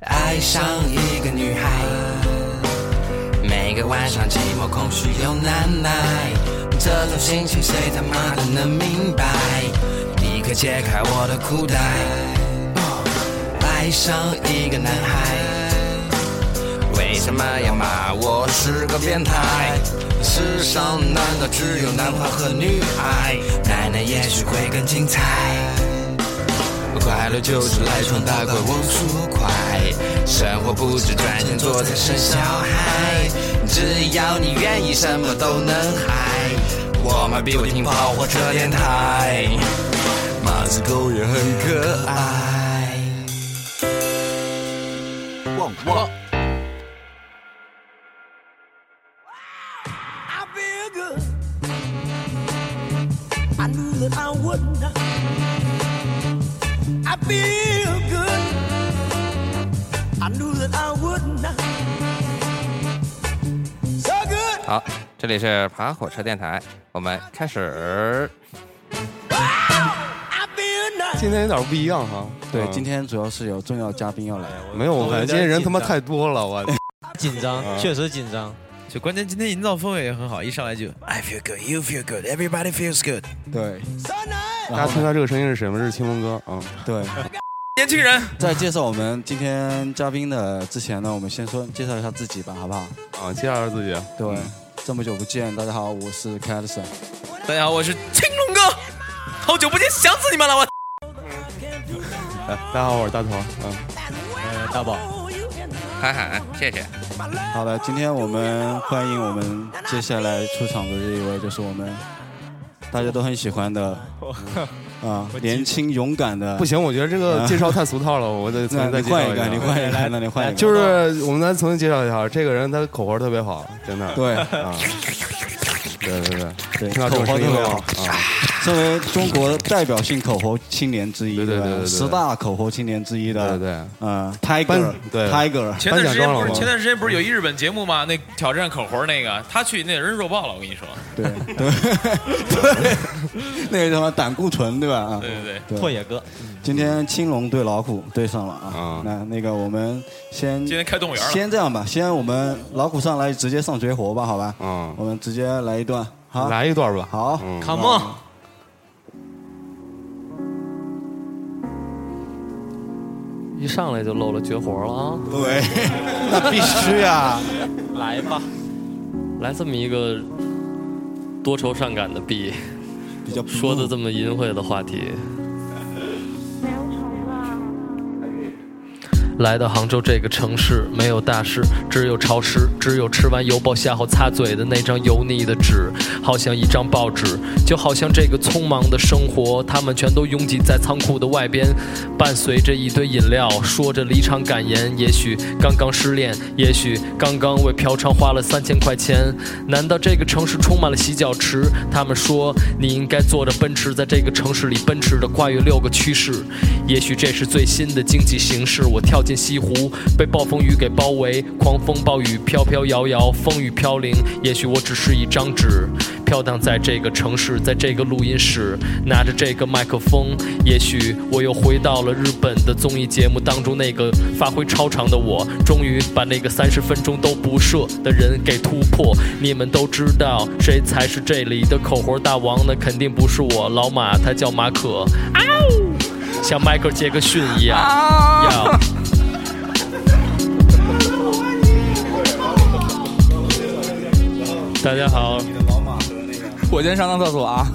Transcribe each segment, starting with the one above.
爱上一个女孩，每个晚上寂寞空虚又难耐，这种心情谁他妈的能明白？立刻解开我的裤带，爱上一个男孩，为什么要骂我是个变态？世上难道只有男孩和女孩？奶奶也许会更精彩。快乐就是来闯大怪，我说快。生活不止赚钱、做菜、生小孩，只要你愿意，什么都能嗨。我妈逼我听跑火车电台，马子狗也很可爱。旺旺。 I feel good. I knew that I would not. I feel good. I knew that I would not. So good. 好，这里是爬火车电台，我们开始。 I feel nice. 今天有点不一样哈。对，嗯今天主要是有重要嘉宾要来，没有，我感觉今天人他妈太多了， 我紧张，确实紧张。就关键今天营造氛围也很好，一上来就 I feel good, you feel good, everybody feels good。对 So nice. 大家听到这个声音是什么？是清风哥啊。对。年轻人，在介绍我们今天嘉宾的之前呢，我们先说介绍一下自己吧，好不好？啊，介绍一下自己。对，这么久不见，大家好，我是 c a l s o n 大家好，我是青龙哥，好久不见，想死你们了，我。 哎大家好，我是大头。嗯，呃，大宝，涵涵，谢谢。好了，今天我们欢迎我们接下来出场的这一位，就是我们大家都很喜欢的啊，年轻勇敢的，不，行，我觉得这个介绍太俗套了，我得重嗯那 你新再介绍嗯换一个，你换一个，那你换一个，就是我们来重新介绍一下，这个人他口活特别好，真的。对啊，对对对，对，听到这口活种声特音别会好好。啊。作为中国代表性口活青年之一，对对吧对对对十大口活青年之一的，对对对嗯班，Tiger，对 Tiger，前段时间不颁奖状了是吗前段时间不是有一日本节目吗？那挑战口活那个，他去那人弱爆了，我跟你说。对对 对， 那个什么胆固醇，对吧？啊，对对对，拓野哥，今天青龙对老虎对上了啊啊，那那个我们先今天开动物园了。先这样吧，先我们老虎上来直接上绝活吧，好吧？嗯我们直接来一段，好，来一段吧。好嗯 Come on！一上来就露了绝活了啊！对， 那必须啊，来吧，来这么一个多愁善感的 B，比较 blue 说的这么淫秽的话题。来到杭州这个城市，没有大师，只有潮湿，只有吃完油爆虾后擦嘴的那张油腻的纸，好像一张报纸，就好像这个匆忙的生活，他们全都拥挤在仓库的外边，伴随着一堆饮料，说着离场感言。也许刚刚失恋，也许刚刚为嫖娼花了三千块钱。难道这个城市充满了洗脚池？他们说你应该坐着奔驰，在这个城市里奔驰的跨越六个趋势。也许这是最新的经济形势。我跳进西湖，被暴风雨给包围，狂风暴雨飘飘摇摇，风雨飘零。也许我只是一张纸，飘荡在这个城市，在这个录音室，拿着这个麦克风。也许我又回到了日本的综艺节目当中那个发挥超常的我，终于把那个三十分钟都不设的人给突破。你们都知道谁才是这里的口活大王呢？肯定不是我，老马，他叫马可。像迈克尔·杰克逊一样。啊 要大家好，我先上趟厕所啊。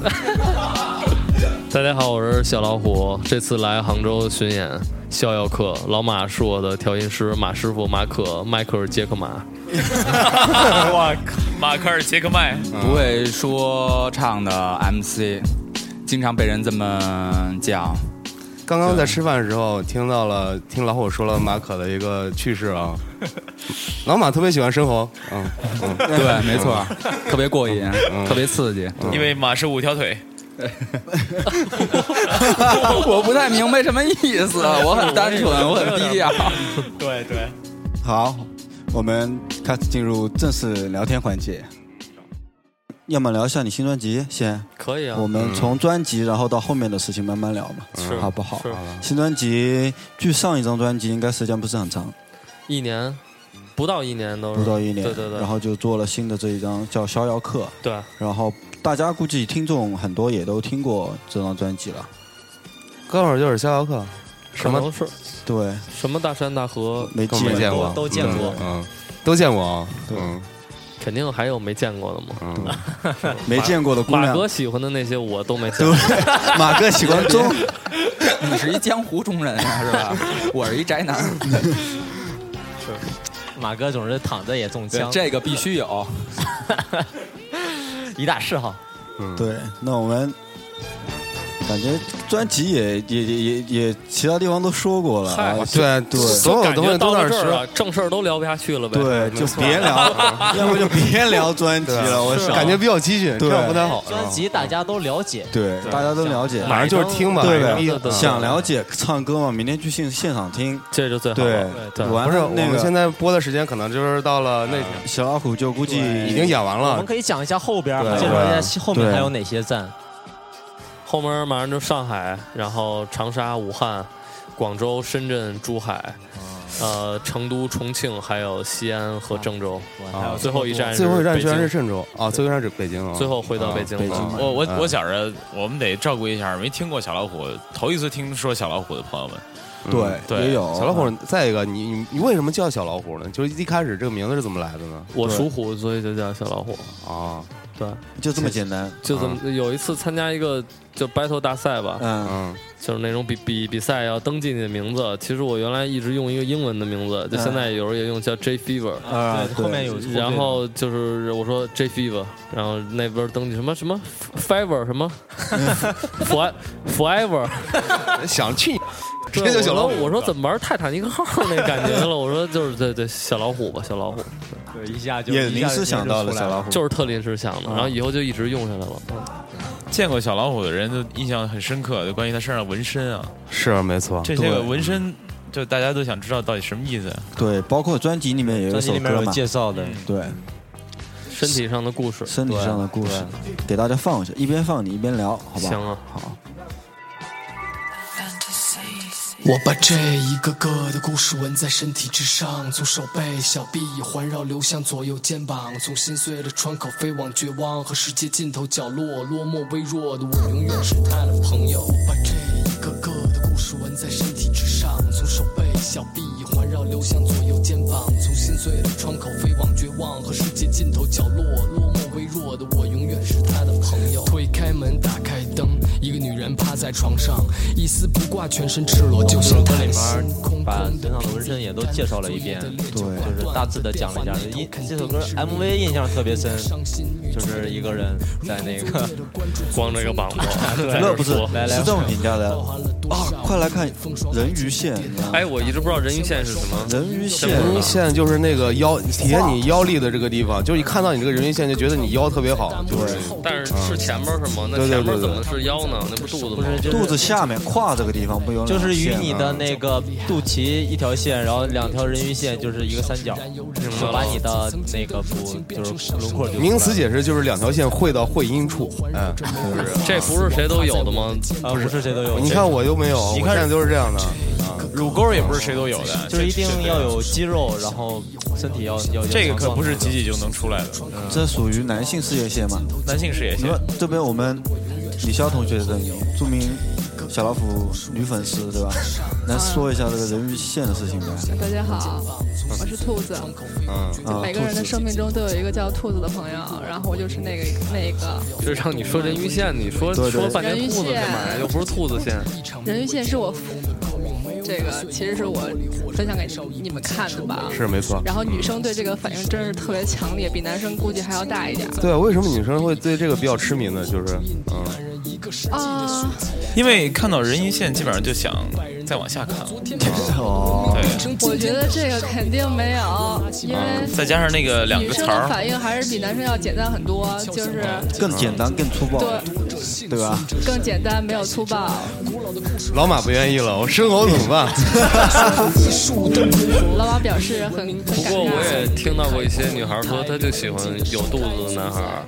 大家好，我是小老虎。这次来杭州巡演，逍遥客，老马是我的调音师，马师傅，马可，迈克尔·杰克 马。我靠，马克尔杰克麦，不会说唱的 MC，经常被人这么 讲。刚刚在吃饭的时候听到了，听老虎说了马可的一个趣事 啊。老马特别喜欢生蚝，嗯嗯，对，没错， 特别过瘾，嗯特别刺激。因为马是五条腿。 我不太明白什么意 思，我很单纯，我很低调。 对对，好，我们开始进入正式聊天环节。要么聊一下你新专辑先，可以啊，我们从专辑然后到后面的事情慢慢聊嘛，嗯是好不好是？新专辑距上一张专辑应该时间不是很长，一年不到一年都是不到一年，嗯对对对，然后就做了新的这一张叫《逍遥客》，对然后大家估计听众很多也都听过这张专辑了，哥们儿就是逍遥客，可什么能是对，什么大山大河，没都见没见过，都见过嗯，嗯都见过啊，对嗯肯定还有没见过的嘛。嗯，没见过的姑马娘，哥喜欢的那些我都没见对过，，马哥喜 欢中，你是一江湖中人啊，是吧？ 我是一宅男，马哥总是躺着也中对枪，这个必须有。以打嗜好。对，那我们感觉专辑也也也也也其他地方都说过了啊，对对所有感东觉西到都了在这儿说，了，正事儿都聊不下去了呗。对，就别聊，要不就别聊专辑了，我想感觉比较激进，这啊对样不太好。专辑大家都了解，对，大家都了解，反正就是听吧，哎对逼对对想了解唱歌嘛，明天去现现场听，这就最好对了。对完不是，了我那们现个啊在播的时间可能就是到了那天，小老虎就估计已经演完我了们，可以讲一下后边儿，对介绍一下后面还有哪些站。后面马上就上海，然后长沙、武汉、广州、深圳、珠海，嗯呃，成都、重庆，还有西安和郑州。啊哇还有最后一站，嗯最后一站北居然是京，郑州啊，最后一站是北京啊，最后回到北京北了。京我我嗯我觉着我们得照顾一下没听过小老虎，头一次听说小老虎的朋友们。对对也有嗯小老虎。再一个，你你你为什么叫小老虎呢？就是一开始这个名字是怎么来的呢？我属虎，所以就叫小老虎。啊，对，就这么简单，就这么有一次参加一个就 battle 大赛吧，嗯，嗯，就是那种比比比赛要登记你的名字。其实我原来一直用一个英文的名字，就嗯现在有时候也用叫 J Fever。啊对对后面有后面有然后就是我说 J Fever，然后那边登记什么什么 Fever 什么 Forever Forever，想去你，直对接就小老我说我虎。说怎么玩泰坦尼克号那感觉了？我说就是对对小老虎吧，小老虎对，一下就也临时想到了小老虎，虎，就是特临时想的，然后以后就一直用下来了。见过小老虎的人就印象很深刻，就关于他身上纹身啊，是没错，这些个纹身，就大家都想知道到底什么意思。对，包括专辑里面也有专一辑首里面歌有嘛，介绍的，对，身体上的故事，身体上的故事，给大家放一下，一边放你一边聊，好吧？行啊，好。我把这一个个的故事纹在身体之上，从手背、小臂环绕流向左右肩膀，从心碎的窗口飞往绝望和世界尽头角落。落寞微弱的我，永远是他的朋友。把这一个个的故事纹在身体之上，从手背、小臂环绕流向左右肩膀，从心碎的窗口飞往绝望和世界尽头角落。落寞微弱的我，永远是他的朋友。推开门，打开灯，一个女人趴在床上，一丝不挂，全身赤裸，就像歌她里的面心空把空身上的纹身也都介绍了一遍，对就是大致的讲了一下。一这首歌 MV 印象特别深，就是一个人在那个光着个膀子，乐不是哎来是来这。么评价的啊！快来看人鱼线，啊哎，我一直不知道人鱼线是什么，人鱼线啊人鱼线就是那个腰体现你腰力的这个地方，就是一看到你这个人鱼线就觉得你腰特别好，就是但是是前边是啊吗？那对对前边对对怎么是腰呢？那不肚子吗？肚子下面胯这个地方不有就是与两条线啊你吗的那个肚脐一条线，然后两条人鱼线就是一个三角，就把你的那个不就是轮廓就名词解释就是两条线汇到会阴处，嗯，这不是谁都有的吗？啊不是谁都有，你看我又没有，我你现看在都是这样的，乳沟也不是谁都有的，就是一定要有肌肉，然后身体要要这个可不是挤挤就能出来的。嗯这属于男性事业线嘛？男性视野你线说，这边我们李潇同学的著名小老虎女粉丝对吧？来说一下这个人鱼线的事情呗。大家好，我是兔子。啊，每个人的生命中都有一个叫兔子的朋友，然后我就是那个那个就是让你说人鱼线，你说对对说半天人鱼兔子线干嘛呀？又不是兔子线。人鱼线是我这个其实是我分享给你们看的吧。是没错。然后女生对这个反应真是特别强烈，比男生估计还要大一点。对，啊为什么女生会对这个比较痴迷呢？就是，嗯，啊，因为看到人鱼线，基本上就想再往下看。哦，对，我觉得这个肯定没有，因为再加上那个两女个生词的儿，反应还是比男生要简单很多，就是更简单更粗暴，对对吧？更简单，没有粗暴。老马不愿意了，我生猴怎么办？老马表示很很不过感我慨。也听到过一些女孩说，她就喜欢有肚子的男孩儿，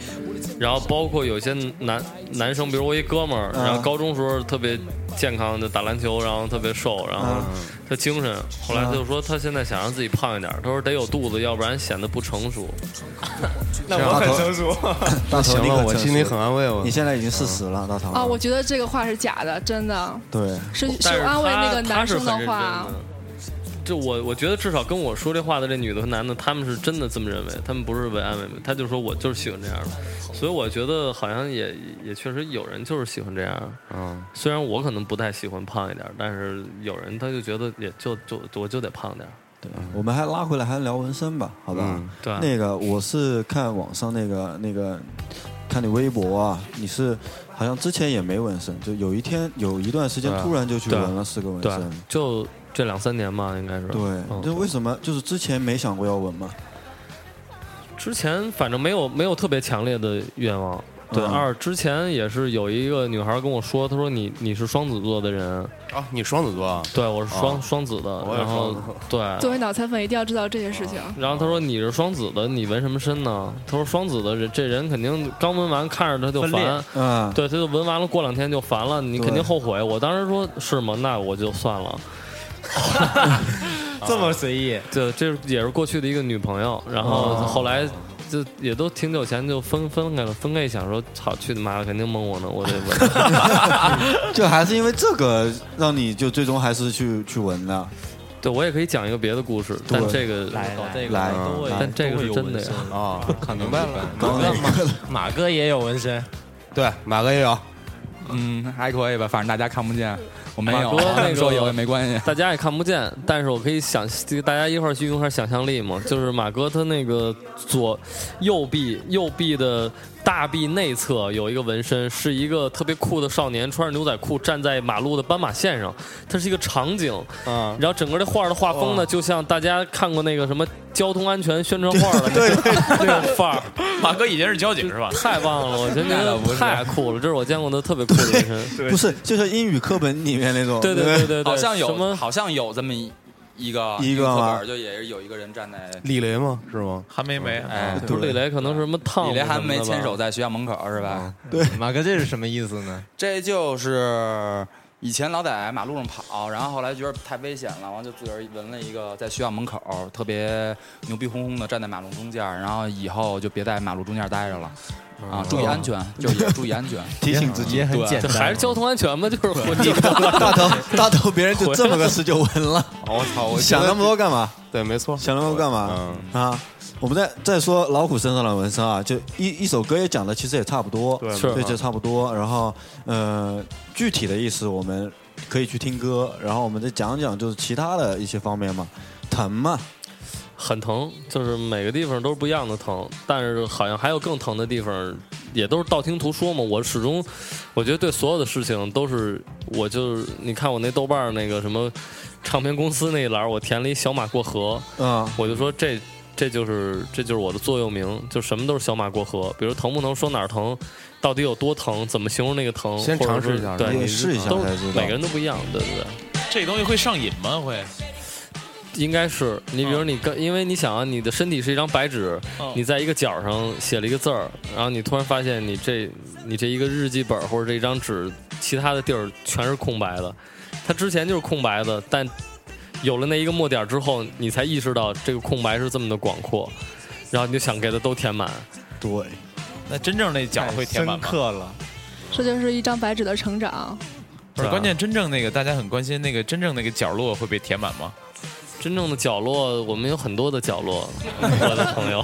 然后包括有些男男生，比如我一哥们儿，嗯然后高中时候特别健康，就打篮球，然后特别瘦，然后他精神。后来他就说他现在想让自己胖一点，他说得有肚子，要不然显得不成熟。那我很成熟 大头，行你了可我成心里熟很安慰我你现在已经四十了，大头。啊，我觉得这个话是假的，真的对，是但是安慰他那个男生他是很认话。就我我觉得至少跟我说这话的这女的和男的，他们是真的这么认为，他们不是为安慰你，他就说我就是喜欢这样的，所以我觉得好像也也确实有人就是喜欢这样。嗯，虽然我可能不太喜欢胖一点，但是有人他就觉得也就就我就得胖点。对，我们还拉回来，还聊纹身吧，好吧？嗯对那个我是看网上那个那个，看你微博啊，你是好像之前也没纹身，就有一天有一段时间对啊突然就去对啊纹了四个纹对身。就这两三年嘛，应该是。对嗯，就为什么就是之前没想过要纹嘛？之前反正没有没有特别强烈的愿望。对，嗯二之前也是有一个女孩跟我说，她说你你是双子座的人啊，你双子座啊？对，我是双、啊双子的，我也然后双子座对，作为脑残粉，一定要知道这些事情。然后他说你是双子的，你纹什么身呢？他说双子的人这人肯定刚纹完看着他就分裂烦，嗯，对，他就纹完了，过两天就烦了，你肯定后悔。我当时说是吗？那我就算了。 啊这么随意？对，这也是过去的一个女朋友，然后哦后来就也都挺久前就分分开了，分开一想说，操，去他妈的，肯定蒙我呢，我得 纹。就还是因为这个让你就最终还是去去纹的。对，我也可以讲一个别的故事，但这个来搞这个来都会但这个是都会有真的纹呀身。啊，看明白了马哥马哥马哥也有纹身，对，马哥也有，嗯，还可以吧，反正大家看不见，我没马有，哥他那们个说有也没关系。大家也看不见，但是我可以想，这个大家一块儿去用一下想象 力嘛。就是马哥他那个左右臂右臂的大臂内侧有一个纹身，是一个特别酷的少年，穿着牛仔裤站在马路的斑马线上，它是一个场景。啊嗯，然后整个这画的画风呢，就像大家看过那个什么交通安全宣传 画的对那种范儿，马哥以前是交警是吧？太棒了！我真觉那倒不得是太酷了，这是我见过的特别酷的纹身。 不是，就是英语课本里面那种。对对不对对对好像什有，么啊好像有这么一一个一个课吗 本就也是有一个人站在李雷吗？是吗？韩梅梅，哎不是李雷可能是什么烫李过雷什么的吧，啊还没牵手在学校门口是吧？对，马哥这是什么意思呢？这就是以前老在马路上跑，然后后来觉得太危险了，完了就自个儿纹了一个在学校门口特别牛逼哄哄的站在马路中间，然后以后就别在马路中间待着了。啊，注意安全，就也注意安全，提醒自己也很啊对简单还是交通安全嘛，就是混你大头大头，别人就这么个事就纹了。我操！我想那么多干嘛？对，没错。想那么多干嘛？啊，我们再再说老虎身上的纹身啊，就一一首歌也讲的其实也差不多，对对，是就差不多。然后呃，具体的意思我们可以去听歌，然后我们再讲讲就是其他的一些方面嘛，疼嘛， 很疼，就是每个地方都是不一样的疼，但是好像还有更疼的地方，也都是道听途说嘛。我始终，我觉得对所有的事情都是，我就是你看我那豆瓣儿那个什么唱片公司那一栏儿，我填了一小马过河，嗯，我就说这这就是这就是我的座右铭，就什么都是小马过河。比如疼不疼，说哪儿疼，到底有多疼，怎么形容那个疼，先或者尝试是一下对，你试一下都才是知道每个人都不一样，对对对。这东西会上瘾吗？会。应该是你，比如你跟，因为你想啊，你的身体是一张白纸嗯，你在一个角上写了一个字儿，然后你突然发现你这你这一个日记本或者这一张纸，其他的地儿全是空白的，它之前就是空白的，但有了那一个墨点儿之后，你才意识到这个空白是这么的广阔，然后你就想给它都填满。对，那真正那角会填满吗？太深刻了。这就是一张白纸的成长。不是，关键真正那个大家很关心那个真正那个角落会被填满吗？真正的角落，我们有很多的角落，我的朋友。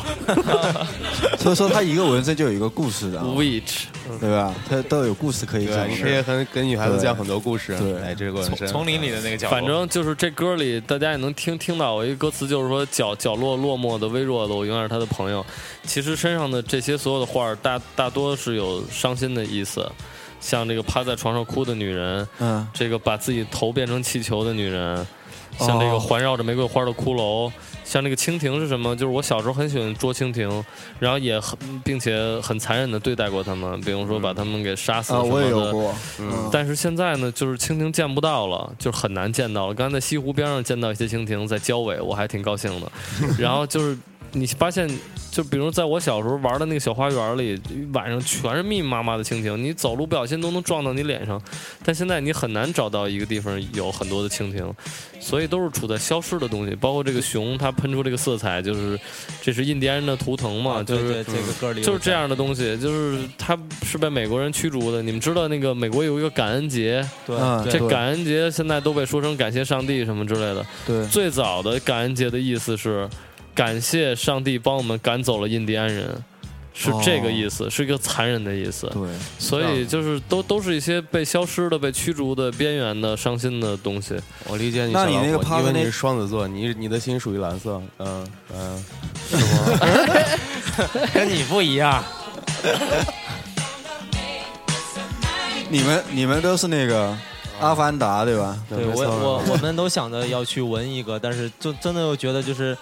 所以说他一个纹身就有一个故事的啊 Which 对吧？他都有故事可以讲对，啊的，你可以很跟女孩子讲很多故事。对，哎，这个纹身反正就是这歌里，大家也能听听到我一个歌词，就是说角角落落寞的微弱的，我永远是他的朋友。其实身上的这些所有的画儿，大大多是有伤心的意思，像这个趴在床上哭的女人，嗯，这个把自己头变成气球的女人，像这个哦环绕着玫瑰花的骷髅，像这个蜻蜓是什么？就是我小时候很喜欢捉蜻蜓，然后也很并且很残忍的对待过它们，比如说把它们给杀死啊什么我也有的过嗯嗯，但是现在呢，就是蜻蜓见不到了，就是很 难见到了。刚才在西湖边上见到一些蜻蜓在交尾，我还挺高兴的。然后就是你发现，就比如在我小时候玩的那个小花园里，晚上全是密密麻麻的蜻蜓，你走路不小心都能撞到你脸上。但现在你很难找到一个地方有很多的蜻蜓，所以都是处在消失的东西。包括这个熊，它喷出这个色彩，就是这是印第安人的图腾嘛，啊对就是对这个歌里啊有就是这样的东西，就是它是被美国人驱逐的。你们知道那个美国有一个感恩节，对嗯对这感恩节现在都被说成感谢上帝什么之类的。对最早的感恩节的意思是感谢上帝帮我们赶走了印第安人。是这个意思，是一个残忍的意思。哦对，所以就是都都是一些被消失的、被驱逐的、边缘的、伤心的东西。我理解你那你那个趴趴在因为那你是双子座，你你的心属于蓝色，嗯嗯，是吗？跟你不一样。你们你们都是那个阿凡达对吧？对我我我们都想着要去纹一个，但是就真的又觉得就是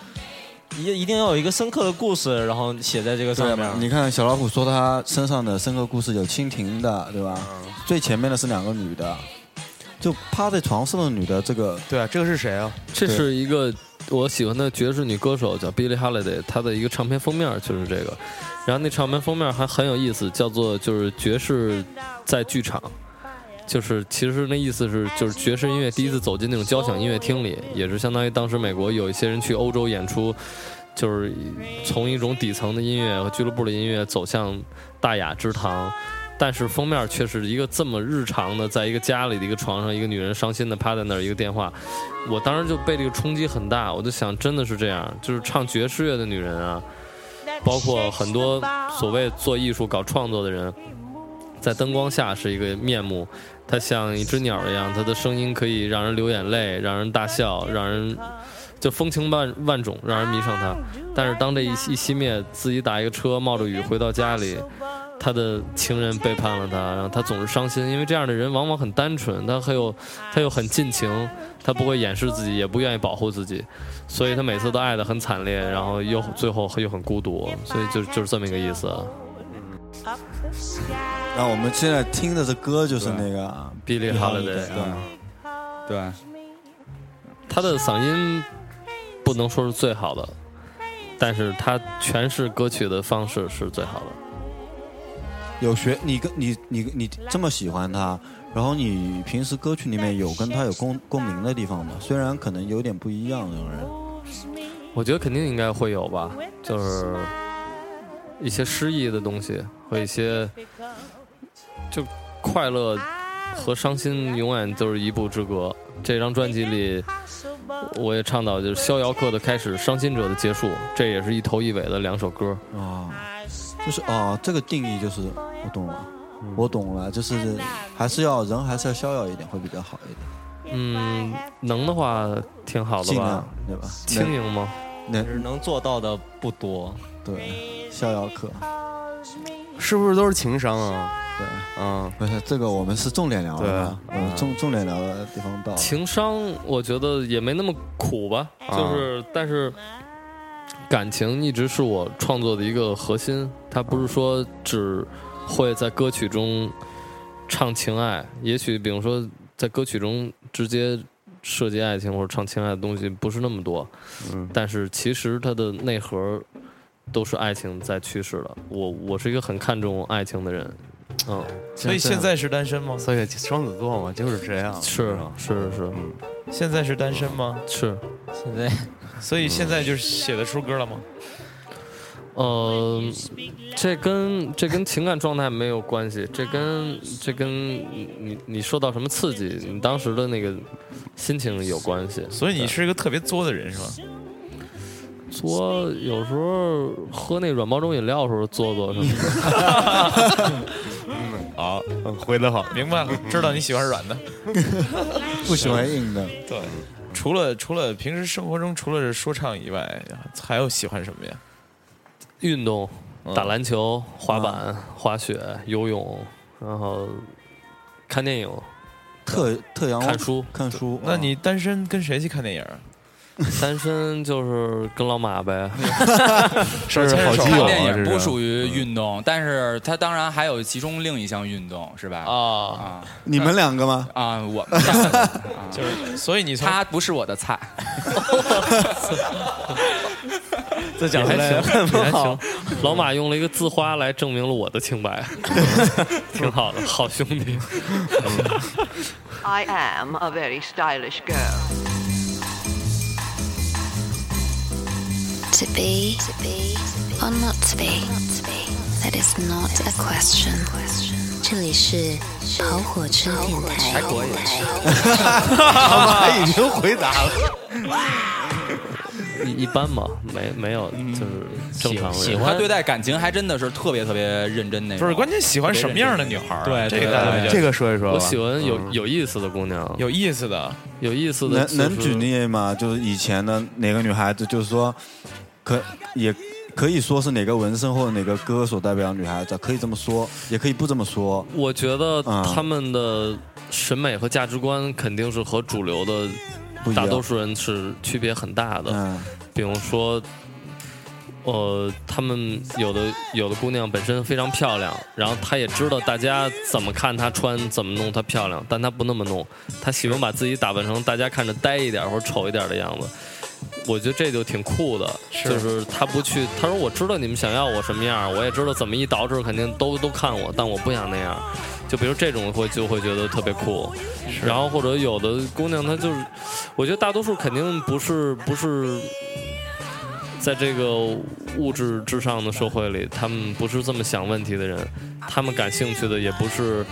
一一定要有一个深刻的故事，然后写在这个对上吧？面。你看小老虎说他身上的深刻故事有蜻蜓的，对吧？嗯最前面的是两个女的，就趴在床上的女的，这个对啊，这个是谁啊？这是一个我喜欢的爵士女歌手叫 Billie Holiday，她的一个唱片封面就是这个，然后那唱片封面还很有意思，叫做就是爵士在剧场。就是，其实那意思是，就是爵士音乐第一次走进那种交响音乐厅里，也是相当于当时美国有一些人去欧洲演出，就是从一种底层的音乐和俱乐部的音乐走向大雅之堂，但是封面却是一个这么日常的，在一个家里的一个床上，一个女人伤心的趴在那儿，一个电话，我当时就被这个冲击很大，我就想，真的是这样，就是唱爵士乐的女人啊，包括很多所谓做艺术、搞创作的人，在灯光下是一个面目，它像一只鸟一样，它的声音可以让人流眼泪，让人大笑，让人就风情万万种，让人迷上它。但是当这一一熄灭，自己打一个车，冒着雨回到家里。他的情人背叛了他，然后他总是伤心，因为这样的人往往很单纯，他很有，他又很尽情，他不会掩饰自己，也不愿意保护自己，所以他每次都爱得很惨烈，然后又最后又很孤独，所以就就是这么一个意思。然后我们现在听的这歌就是那个啊 Billie Holiday，对对，他的嗓音不能说是最好的，但是他诠释歌曲的方式是最好的。有学你跟你你你这么喜欢他，然后你平时歌曲里面有跟他有共共鸣的地方吗？虽然可能有点不一样，两个人。我觉得肯定应该会有吧，就是一些诗意的东西和一些就快乐和伤心永远都是一步之隔。这张专辑里，我也倡导就是逍遥客的开始，伤心者的结束，这也是一头一尾的两首歌。啊，就是啊，这个定义就是我懂了，嗯我懂了，就是还是要人还是要逍遥一点会比较好一点，嗯，能的话挺好的尽吧量，对吧？轻盈吗？能能做到的不多。对，逍遥客是不是都是情商啊？对，嗯，不是这个我们是重点聊的嘛，对嗯，重重点聊的地方到了。情商我觉得也没那么苦吧，啊就是、但是感情一直是我创作的一个核心，它不是说只会在歌曲中唱情爱，也许比如说在歌曲中直接涉及爱情或者唱情爱的东西不是那么多，嗯，但是其实它的内核都是爱情在驱使的。我我是一个很看重爱情的人，嗯，所以现在是单身吗？所以双子座嘛，就是这样。是是是，嗯现在是单身吗？是，现在，所以现在就是写得出歌了吗？呃，这跟这跟情感状态没有关系，这跟这跟你你你受到什么刺激，你当时的那个心情有关系。所以你是一个特别作的人是吧？啊作，有时候喝那软包装饮料的时候作作什么 的。好，回得哦好，明白了，知道你喜欢软的，不喜欢硬的。对，除了除了平时生活中除了是说唱以外，还有喜欢什么呀？运动嗯，打篮球、滑板、滑雪、游泳，然后看电影，特特阳哦看书看书。哦那你单身跟谁去看电影啊？单身就是跟老 马呗，手牵手啊看啊电影不属于运动，嗯但是它当然还有其中另一项运动，是吧？啊你们两个吗？啊， 我就是，所以你他不是我的菜。这讲出也来 还很行不也还哎行好。老马用了一个字花来证明了我的清 白，挺好的，好兄弟。 I am a very stylish girl. To be, or not to be, that is not a question. 这里是跑火车电台。哎他妈已经回答了。一一般嘛，没没有，嗯就是正常人。他对待感情还真的是特别特别认真那种。不是关键喜欢什么样的女孩儿啊对，这对个大家对比较这个说一说吧我喜欢有嗯有意思的姑娘，有意思的，有意思的能能举例吗？就是以前的哪个女孩子，就是说，可也可以说是哪个纹身或者哪个歌手代表的女孩子，可以这么说，也可以不这么说。我觉得嗯他们的审美和价值观肯定是和主流的不一样嗯大多数人是区别很大的。比如说，呃，他们有的有的姑娘本身非常漂亮，然后她也知道大家怎么看她穿，怎么弄她漂亮，但她不那么弄，她喜欢把自己打扮成大家看着呆一点或者丑一点的样子。我觉得这就挺酷的，就是他不去，他说我知道你们想要我什么样，我也知道怎么一捯饬肯定都都看我，但我不想那样。就比如这种会就会觉得特别酷，然后或者有的姑娘她就是，我觉得大多数肯定不是不是在这个物质至上的社会里，他们不是这么想问题的人，他们感兴趣的也不是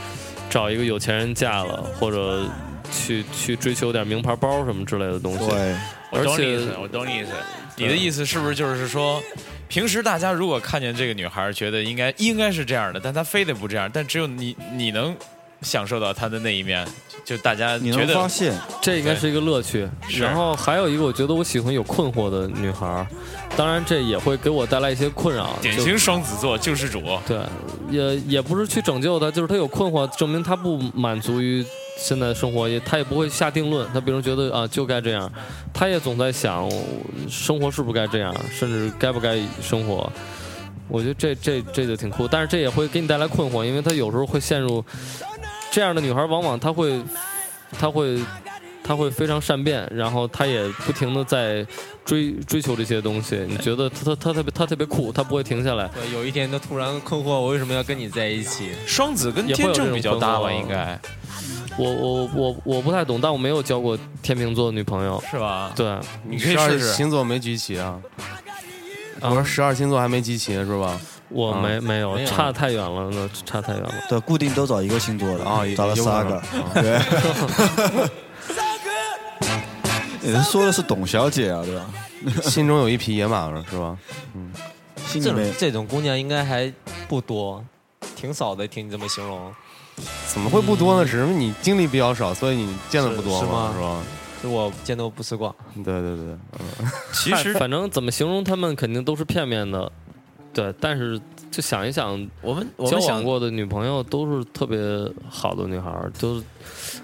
找一个有钱人嫁了，或者去去追求点名牌包什么之类的东西。对我而懂你且意思，我懂你意思。你的意思是不是就是说，平时大家如果看见这个女孩，觉得应该应该是这样的，但她非得不这样，但只有你你能享受到她的那一面，就大家觉得这应该是一个乐趣。是然后还有一个，我觉得我喜欢有困惑的女孩儿，当然这也会给我带来一些困扰。典就型双子座救世主。对，也也不是去拯救她，就是她有困惑，证明她不满足于现在的生活，也她也不会下定论。她比如觉得啊就该这样，她也总在想我生活是不是该这样，甚至该不该生活。我觉得这这这就挺酷，但是这也会给你带来困惑，因为她有时候会陷入这样的女孩，往往她会她会她会非常善变，然后她也不停的在追追求这些东西。你觉得她她她特别她特别酷，她不会停下来。对，有一天他突然困惑，我为什么要跟你在一起？双子跟也会有天这秤种比较搭吧，困惑应该。我我我我不太懂，但我没有交过天秤座的女朋友，是吧对，你12星座没集齐啊？我啊说十二星座还没集齐呢是吧？我没啊没有，差得太远了，那差太远了。对，固定都找一个星座的，哦也找了仨有个可能，对啊。人说的是董小姐啊，对吧？心中有一匹野马了是吧？嗯，心这里种面这种姑娘应该还不多，挺少的。听你这么形容，怎么会不多呢？只是你经历比较少，所以你见的不多是嘛，吗？是吧？？是我见都不吃过。对对对，嗯其实反正怎么形容他们肯定都是片面的，对。但是就想一想，我们我交们往想过的女朋友都是特别好的女孩儿，就是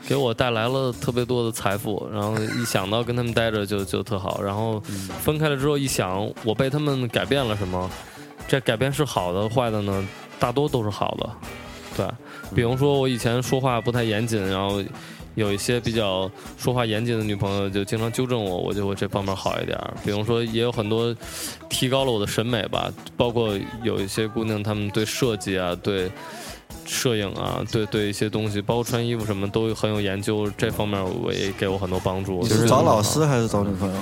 给我带来了特别多的财富。然后一想到跟他们待着就 就特好，然后嗯分开了之后一想，我被他们改变了什么？这改变是好的坏的呢？大多都是好的，对。比如说我以前说话不太严谨，然后有一些比较说话严谨的女朋友就经常纠正我，我就会这方面好一点儿。比如说也有很多提高了我的审美吧，包括有一些姑娘她们对设计啊，对。摄影啊，对对一些东西，包括穿衣服什么都很有研究，这方面我也给我很多帮助。你是找老师还是找女朋友？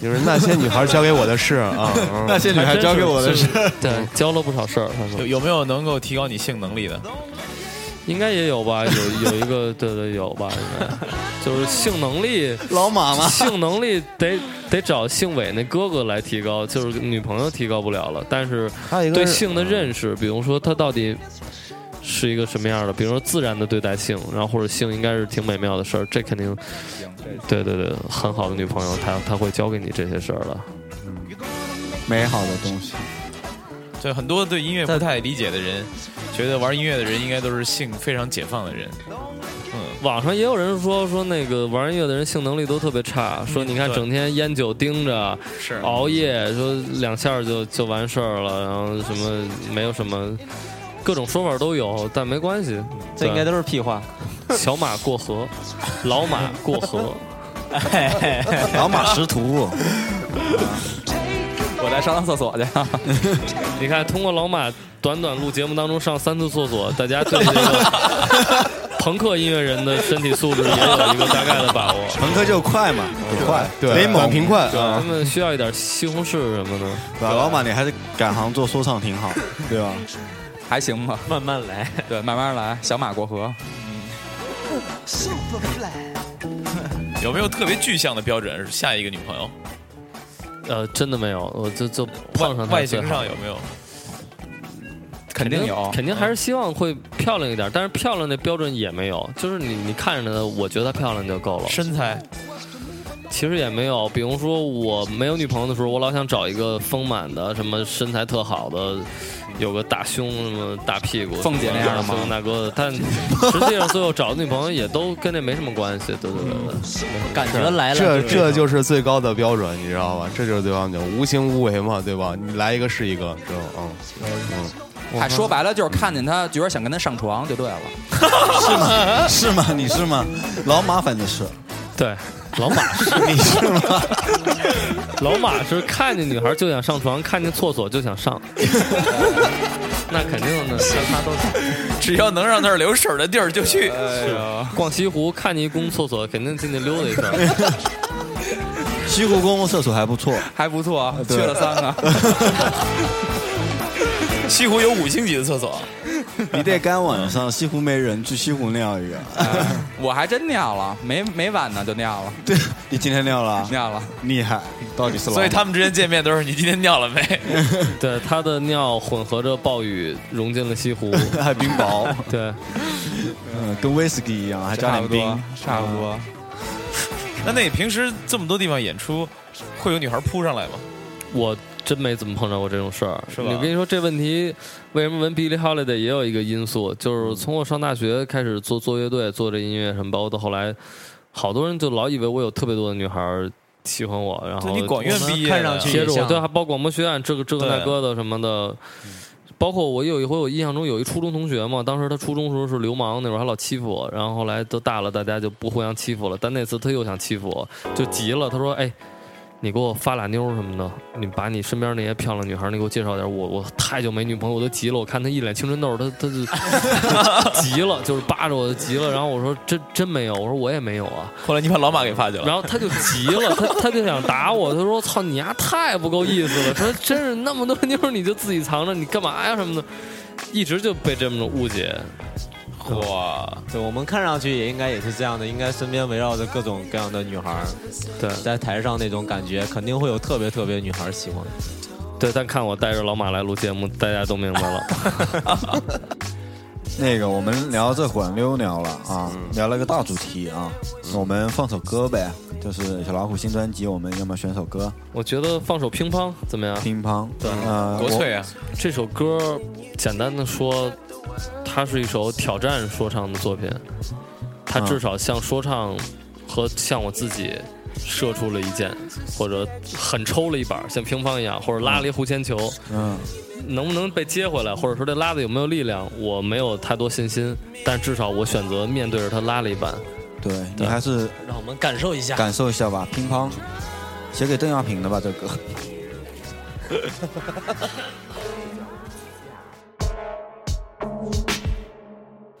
就是那些女孩教给我的事啊那些女孩教给我的事，对，教了不少事儿。她说有有没有能够提高你性能力的？应该也有吧，有有一个， 对对有吧，应该就是性能力，老马吗性能力得得找姓伟那哥哥来提高，就是女朋友提高不了了，但是还有一个对是性的认识，比如说他到底是一个什么样的，比如说自然的对待性，然后或者性应该是挺美妙的事儿，这肯定，对对对，很好的女朋友，她她会教给你这些事儿的。美好的东西，，对，很多对音乐不太理解的人，觉得玩音乐的人应该都是性非常解放的人。网上也有人说说那个玩音乐的人性能力都特别差，说你看对整天烟酒盯着，是熬夜，说两下儿就就完事儿了，然后什么没有什么，各种说法都有，但没关系，这应该都是屁话。小马过 河，老马过河老马识途。我我再上趟厕所去。 你看，通过老马短短录节目当中上三次厕所，大家对这个朋克音乐人的身体素质也有一个大概的把握。朋克就快嘛，快，对啊得猛短平快对，他们需要一点西红柿什么的。对吧？老马，你还是改行做说唱挺好，对啊吧？还行吧，慢慢来。对，慢慢来，小马过河。有没有特别具象的标准？下一个女朋友呃，真的没有，我就就碰上她外最形好上有没有？肯定有肯定还是希望会漂亮一点，但是漂亮的标准也没有，就是你你看着她，我觉得她漂亮就够了。哦身材其实也没有，比如说我没有女朋友的时候，我老想找一个丰满的，什么身材特好的，有个大胸什么大屁股，凤姐那样的吗什么大哥的，但实际上最后找的女朋友也都跟那没什么关系，对对对，感觉来了这这这就是最高的标准，你知道吧？这就是最高的标准，无形无为嘛，对吧？你来一个是一个，知道吗？嗯嗯。嗨，哎说白了就是看见他，觉得想跟他上床就对了。是吗？是吗？ 你是吗？老马反正是，对，老马是你是吗？ 老马是看见女孩就想上床，看见厕所就想上，那肯定的，他都只要能让那儿流水的地儿就去。呃逛西湖看见一公共厕所，肯定进去溜达一圈。西湖公共厕所还不错，还不错啊，去对了三个。西湖有五星级的厕所，你得赶晚上，西湖没人，去西湖尿一个。 我还真尿了，没没晚呢就尿了，对你今天尿了，尿了。厉害，到底是老马。所以 他们之间见面都是你今天尿了没？对，他的尿混合着暴雨融进了西湖，还冰雹，对， 嗯，跟威士忌一样，还加点冰，差不多。那那你平时这么多地方演出，会有女孩扑上来吗？我真没怎么碰到过这种事儿，是吧我跟你说这问题，为什么问 Billie Holiday 也有一个因素，就是从我上大学开始做做乐队、做这音乐什么，包括到后来，好多人就老以为我有特别多的女孩儿喜欢啊我，然后对你啊广院毕业的看上去接着也我像对，还啊包括广播学院这个这个对那个的什么的。包括我有一回，我印象中有一初中同学嘛，当时他初中时候是流氓，那会儿还老欺负我，然后后来都大了，大家就不互相欺负了。但那次他又想欺负我，就急了，他说：“哎，你给我发俩妞什么的，你把你身边那些漂亮女孩，你给我介绍点儿。我我太久没女朋友，我都急了。我看她一脸青春痘，她她 就急了，就是扒着我就急了。然后我说真真没有，我说我也没有啊。后来你把老马给发去了，然后他就急了，他他就想打我，他说操你丫太不够意思了，说真是那么多妞儿你就自己藏着，你干嘛呀什么的，一直就被这么误解。哇，嗯对我们看上去也应该也是这样的，应该身边围绕着各种各样的女孩儿，对在台上那种感觉，肯定会有特别特别女孩儿喜欢。对，但看我带着老马来录节目，大家都明白了。 那个，我们聊这会儿溜聊了啊，聊了个大主题啊，那我们放首歌呗，就是小老虎新专辑，我们要么选首歌，我觉得放首乒乓怎么样？乒乓，对呃，国我粹啊，这首歌简单的说，它是一首挑战说唱的作品，它至少向说唱和向我自己射出了一箭，或者狠抽了一把，像乒乓一样，或者拉了一弧线球，嗯，能不能被接回来，或者说这拉的有没有力量，我没有太多信心，但至少我选择面对着它拉了一把。对你对还是让我们感受一下，感受一下吧，乒乓，写给邓亚萍的吧， 这歌，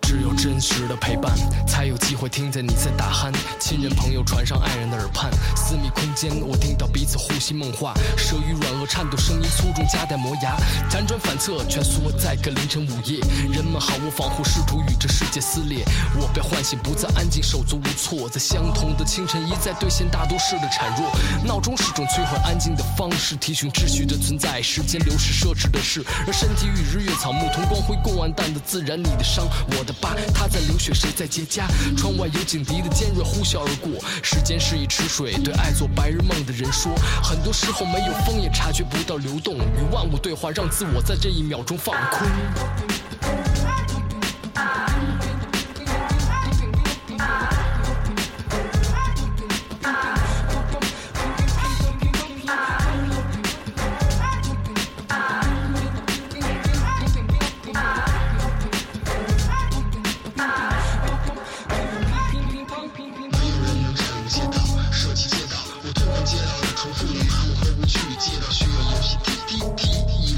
只有真实的陪伴，才有机会听见你在打鼾。亲人朋友传上爱人的耳畔，私密空间我听到彼此呼吸梦话，舌与软腭颤抖，声音粗重夹带磨牙，辗转反侧蜷缩在个凌晨午夜。人们毫无防护，试图与这世界撕裂。我被唤醒，不再安静，手足无措，在相同的清晨一再兑现大都市的孱弱。闹钟是种摧毁安静的方式，提醒秩序的存在。时间流逝，奢侈的事，让身体与日月草木同光辉共完蛋的自然。你的伤，我的疤，他在流血，谁在结痂？窗外有警笛的尖锐呼啸而过，时间是一池水，对爱做白日梦的人说，很多时候没有风也察觉不到流动，与万物对话，让自我在这一秒钟放空。街道，设计街道，我痛苦街道的重复，我回不去，街道需要游戏。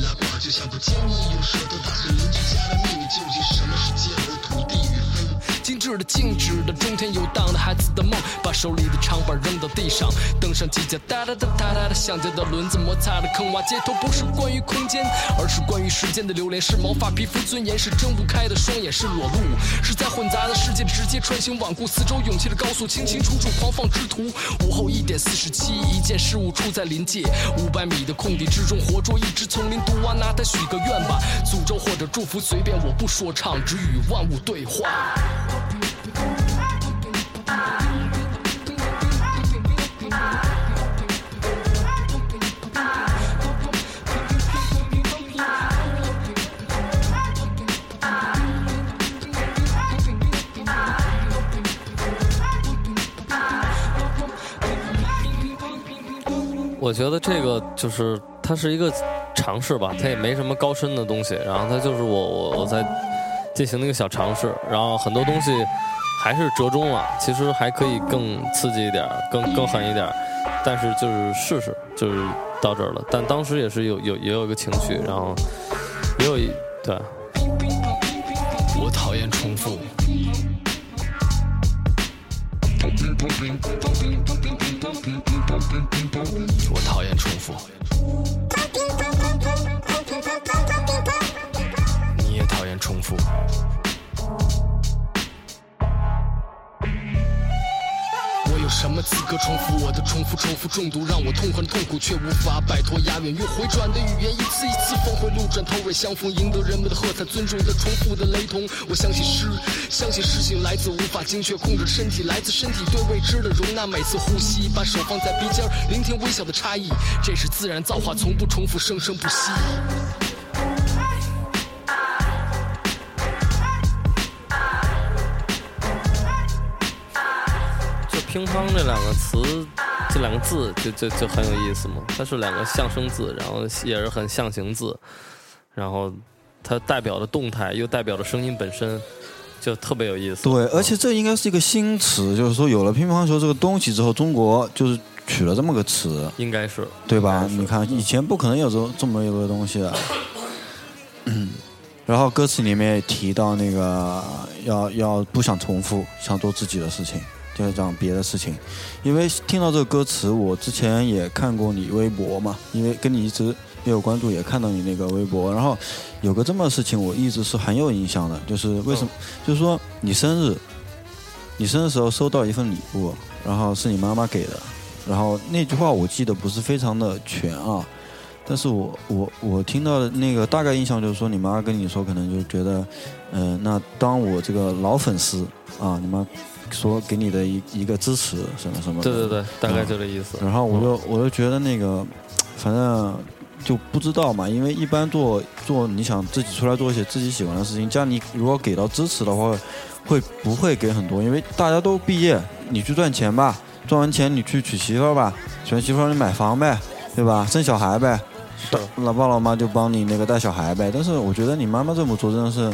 时的中天游荡的孩子的梦，把手里的长板扔到地上，蹬上机甲，哒哒哒哒哒哒，橡胶的轮子摩擦着坑洼街头，不是关于空间，而是关于时间的流连，是毛发、皮肤、尊严，是睁不开的双眼，是裸露，是在混杂的世界里直接穿行罔顾，四周涌气的高速，清清楚楚狂放之徒。午后一点四十七，一件事物处在临界五百米的空地之中，活捉一只丛林毒蛙，拿它许个愿吧，诅咒或者祝福随便，我不说唱，只与万物对话。我觉得这个就是它是一个尝试吧，它也没什么高深的东西，然后它就是我我我在进行的一个小尝试，然后很多东西还是折中了，其实还可以更刺激一点儿，更更狠一点儿，但是就是试试，就是到这儿了。但当时也是有有也有一个情绪，然后也有一对。我讨厌重复。我讨厌重复。你也讨厌重复。我有什么资格重复我的重复？重复中毒让我痛恨痛苦，却无法摆脱押韵。用回转的语言一次一次峰回路转，头尾相逢，赢得人们的喝彩，尊重的重复的雷同。我相信诗，相信诗性来自无法精确控制身体，来自身体对未知的容纳。每次呼吸，把手放在鼻尖儿，聆听微小的差异，这是自然造化，从不重复，生生不息。就乒乓这两个词，这两个字就就就很有意思嘛。它是两个象声字，然后也是很象形字，然后它代表着动态，又代表着声音本身，就特别有意思。对，而且这应该是一个新词，就是说有了乒乓球这个东西之后，中国就是取了这么个词，应该是对吧？你看以前不可能有这这么一个东西的。嗯，然后歌词里面也提到那个要要不想重复，想做自己的事情，就是讲别的事情。因为听到这个歌词，我之前也看过你微博嘛，因为跟你一直也有关注，也看到你那个微博。然后有个这么的事情，我一直是很有印象的，就是为什么？哦就是说你生日，你生日时候收到一份礼物，然后是你妈妈给的，然后那句话我记得不是非常的全啊，但是我我我听到的那个大概印象就是说，你妈跟你说可能就觉得，嗯、那当我这个老粉丝啊，你妈说给你的一一个支持什么什么的，对对对，大概就这意思。然后我就我就觉得那个，反正就不知道嘛，因为一般做做你想自己出来做一些自己喜欢的事情，家里如果给到支持的话，会不会给很多？因为大家都毕业，你去赚钱吧，赚完钱你去娶媳妇儿吧，娶完媳妇儿你买房呗，对吧？生小孩呗，老爸老妈就帮你那个带小孩呗。但是我觉得你妈妈这么做真的是。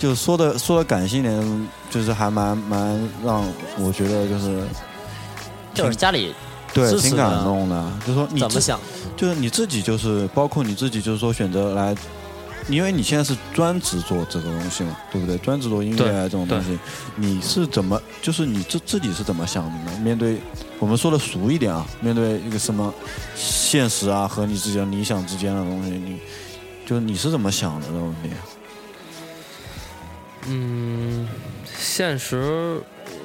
就说的说的感性一点，就是还蛮蛮让我觉得就是就是家里对支持挺的感动的。就说你怎么自想，就是你自己就是包括你自己就是说选择来，因为你现在是专职做这个东西嘛，对不对？专职做音乐对啊这种东西，你是怎么就是你自自己是怎么想的呢？面对我们说的俗一点啊，面对一个什么现实啊和你自己的理想之间的东西，你就是你是怎么想的这种东西？嗯，现实，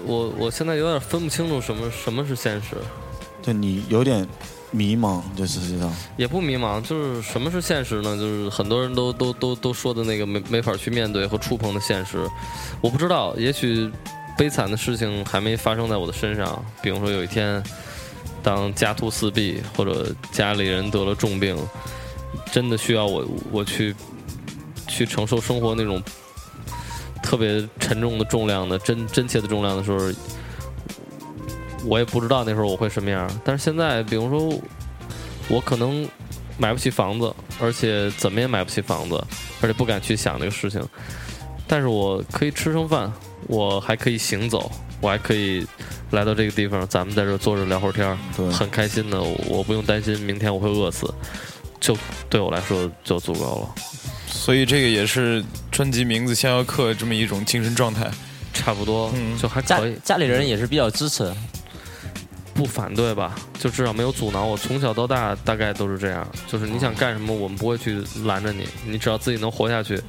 我我现在有点分不清楚什么什么是现实，就你有点迷茫，这实际上。也不迷茫，就是什么是现实呢？就是很多人都都都都说的那个没没法去面对和触碰的现实，我不知道，也许悲惨的事情还没发生在我的身上，比如说有一天，当家徒四壁或者家里人得了重病，真的需要我我去去承受生活那种特别沉重的重量的真真切的重量的时候，我也不知道那时候我会什么样。但是现在，比如说，我可能买不起房子，而且怎么也买不起房子，而且不敢去想这个事情。但是我可以吃上饭，我还可以行走，我还可以来到这个地方，咱们在这儿坐着聊会儿天儿，很开心的。我我不用担心明天我会饿死，就对我来说就足够了。所以这个也是专辑名字《逍遥客》这么一种精神状态。差不多就还家可以。家里人也是比较支持，不反对吧？就至少没有阻挠我。从小到大大概都是这样，就是你想干什么，我们不会去拦着你，你只要自己能活下去。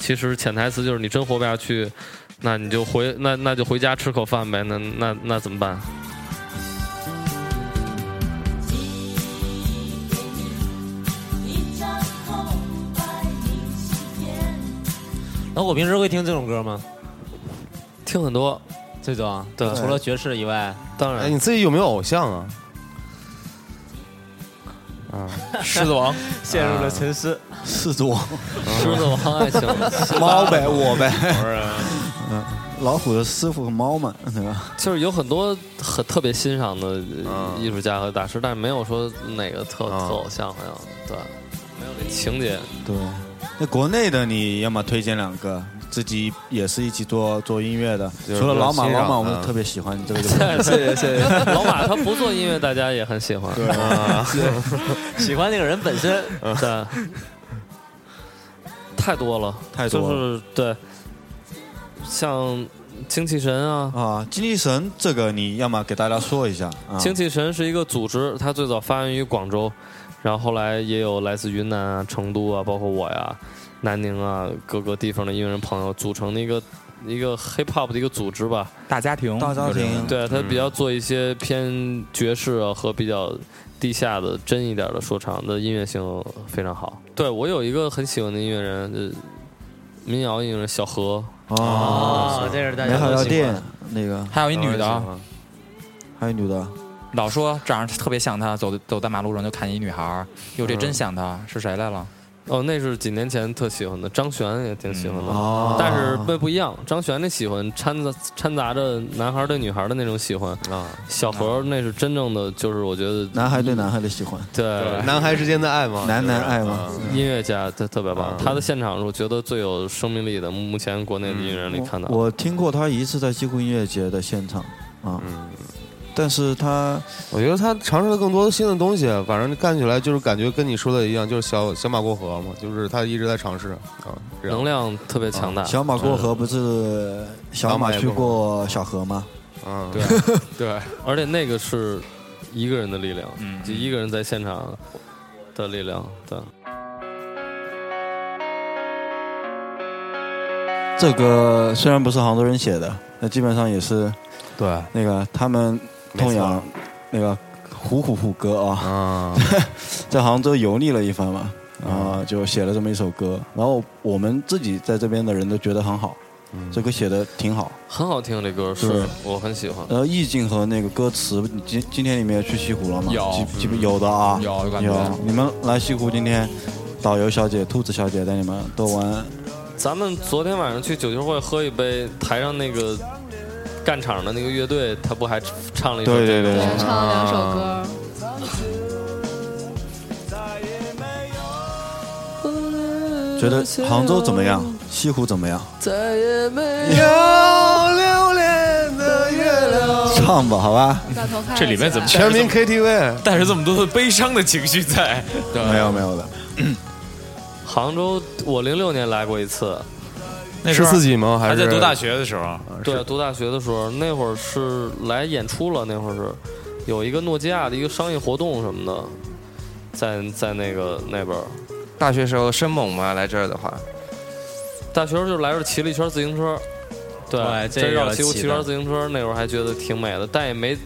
其实潜台词就是你真活不下去，那你就回那那就回家吃口饭呗。那那那怎么办？那我平时会听这种歌吗？听很多，这种对除了爵士以外，当哎，你自己有没有偶像啊？啊，狮子王陷入了沉思。狮子王，狮子王还 行猫呗，我呗不是，嗯，啊 老虎的师傅和猫嘛，对吧？ 就是有很多很特别欣赏的嗯呃艺术家和大师，但是没有说哪个特特偶像，好像对，没有那情节。对，那国内的你要么推荐两个，自己也是一起做做音乐的，就是除了老马，欣赏老马我的们特别喜欢你这个就不用 谢说。谢谢谢，老马他不做音乐，大家也很喜欢。对啊对喜欢那个人本身。对，太多了，太多了就是对，像精气神啊啊，精气神这个你要么给大家说一下啊，精气神是一个组织，它最早发源于广州，然后后来也有来自云南啊、成都啊，包括我呀、南宁啊各个地方的音乐人朋友组成的一个一个 hip hop 的一个组织吧，大家庭，大家庭对，它嗯比较做一些偏爵士啊和比较地下的真一点的说唱的音乐性非常好。对我有一个很喜欢的音乐人，呃民谣音乐人小何啊哦这是大家美好都药喜欢店那个， 还有一女的嗯啊，还有女的，老说长得特别像她，走走在马路上就看见一女孩儿，哟，嗯这真像她，是谁来了？哦，那是几年前特喜欢的，张悬也挺喜欢的，嗯哦但是那不一样。张悬那喜欢掺杂掺杂着男孩对女孩的那种喜欢啊，小何那是真正的，就是我觉得男孩对男孩的喜欢，对男孩之间的爱嘛，嗯男男爱嘛嘛，音乐家，他特别棒，他的现场是我觉得最有生命力的，目前国内的音乐人里看到。嗯我我听过他一次在西湖音乐节的现场啊，但是他，我觉得他尝试了更多新的东西，反正干起来就是感觉跟你说的一样，就是小小马过河嘛，就是他一直在尝试啊，这样能量特别强大。啊小马过河不是小马去过小河吗？嗯，对对，而且那个是一个人的力量，就一个人在现场的力量。对，这个虽然不是杭州人写的，那基本上也是对那个他们痛仰那个虎虎虎哥啊， 在杭州游历了一番嘛，啊，就写了这么一首歌，然后我们自己在这边的人都觉得很好，这歌写的挺好，很好听这歌，对是我很喜欢。然后意境和那个歌词，你今今天你们也去西湖了吗？有基基本有的啊，有有感觉你们来西湖今天，导游小姐、兔子小姐带你们都玩，咱们昨天晚上去九球会喝一杯，台上那个干场的那个乐队，他不还唱了一首对对这个对吗对唱了两首歌。觉得杭州怎么样？西湖怎么样？再也没有留恋的月亮。唱吧，好吧。大头看这里面怎么全民 KTV 带着这么多的悲伤的情绪在？没有没有的。杭州，我零六年来过一次，那时候是自己吗还是还在读大学的时候？啊对，读大学的时候，那会儿是来演出了，那会儿是有一个诺基亚的一个商业活动什么的，在在那个那边儿。大学时候生猛吗？来这儿的话，大学时候就来这儿骑了一圈自行车，对，对这在绕个西湖骑骑圈的自行车，那会儿还觉得挺美的，但也没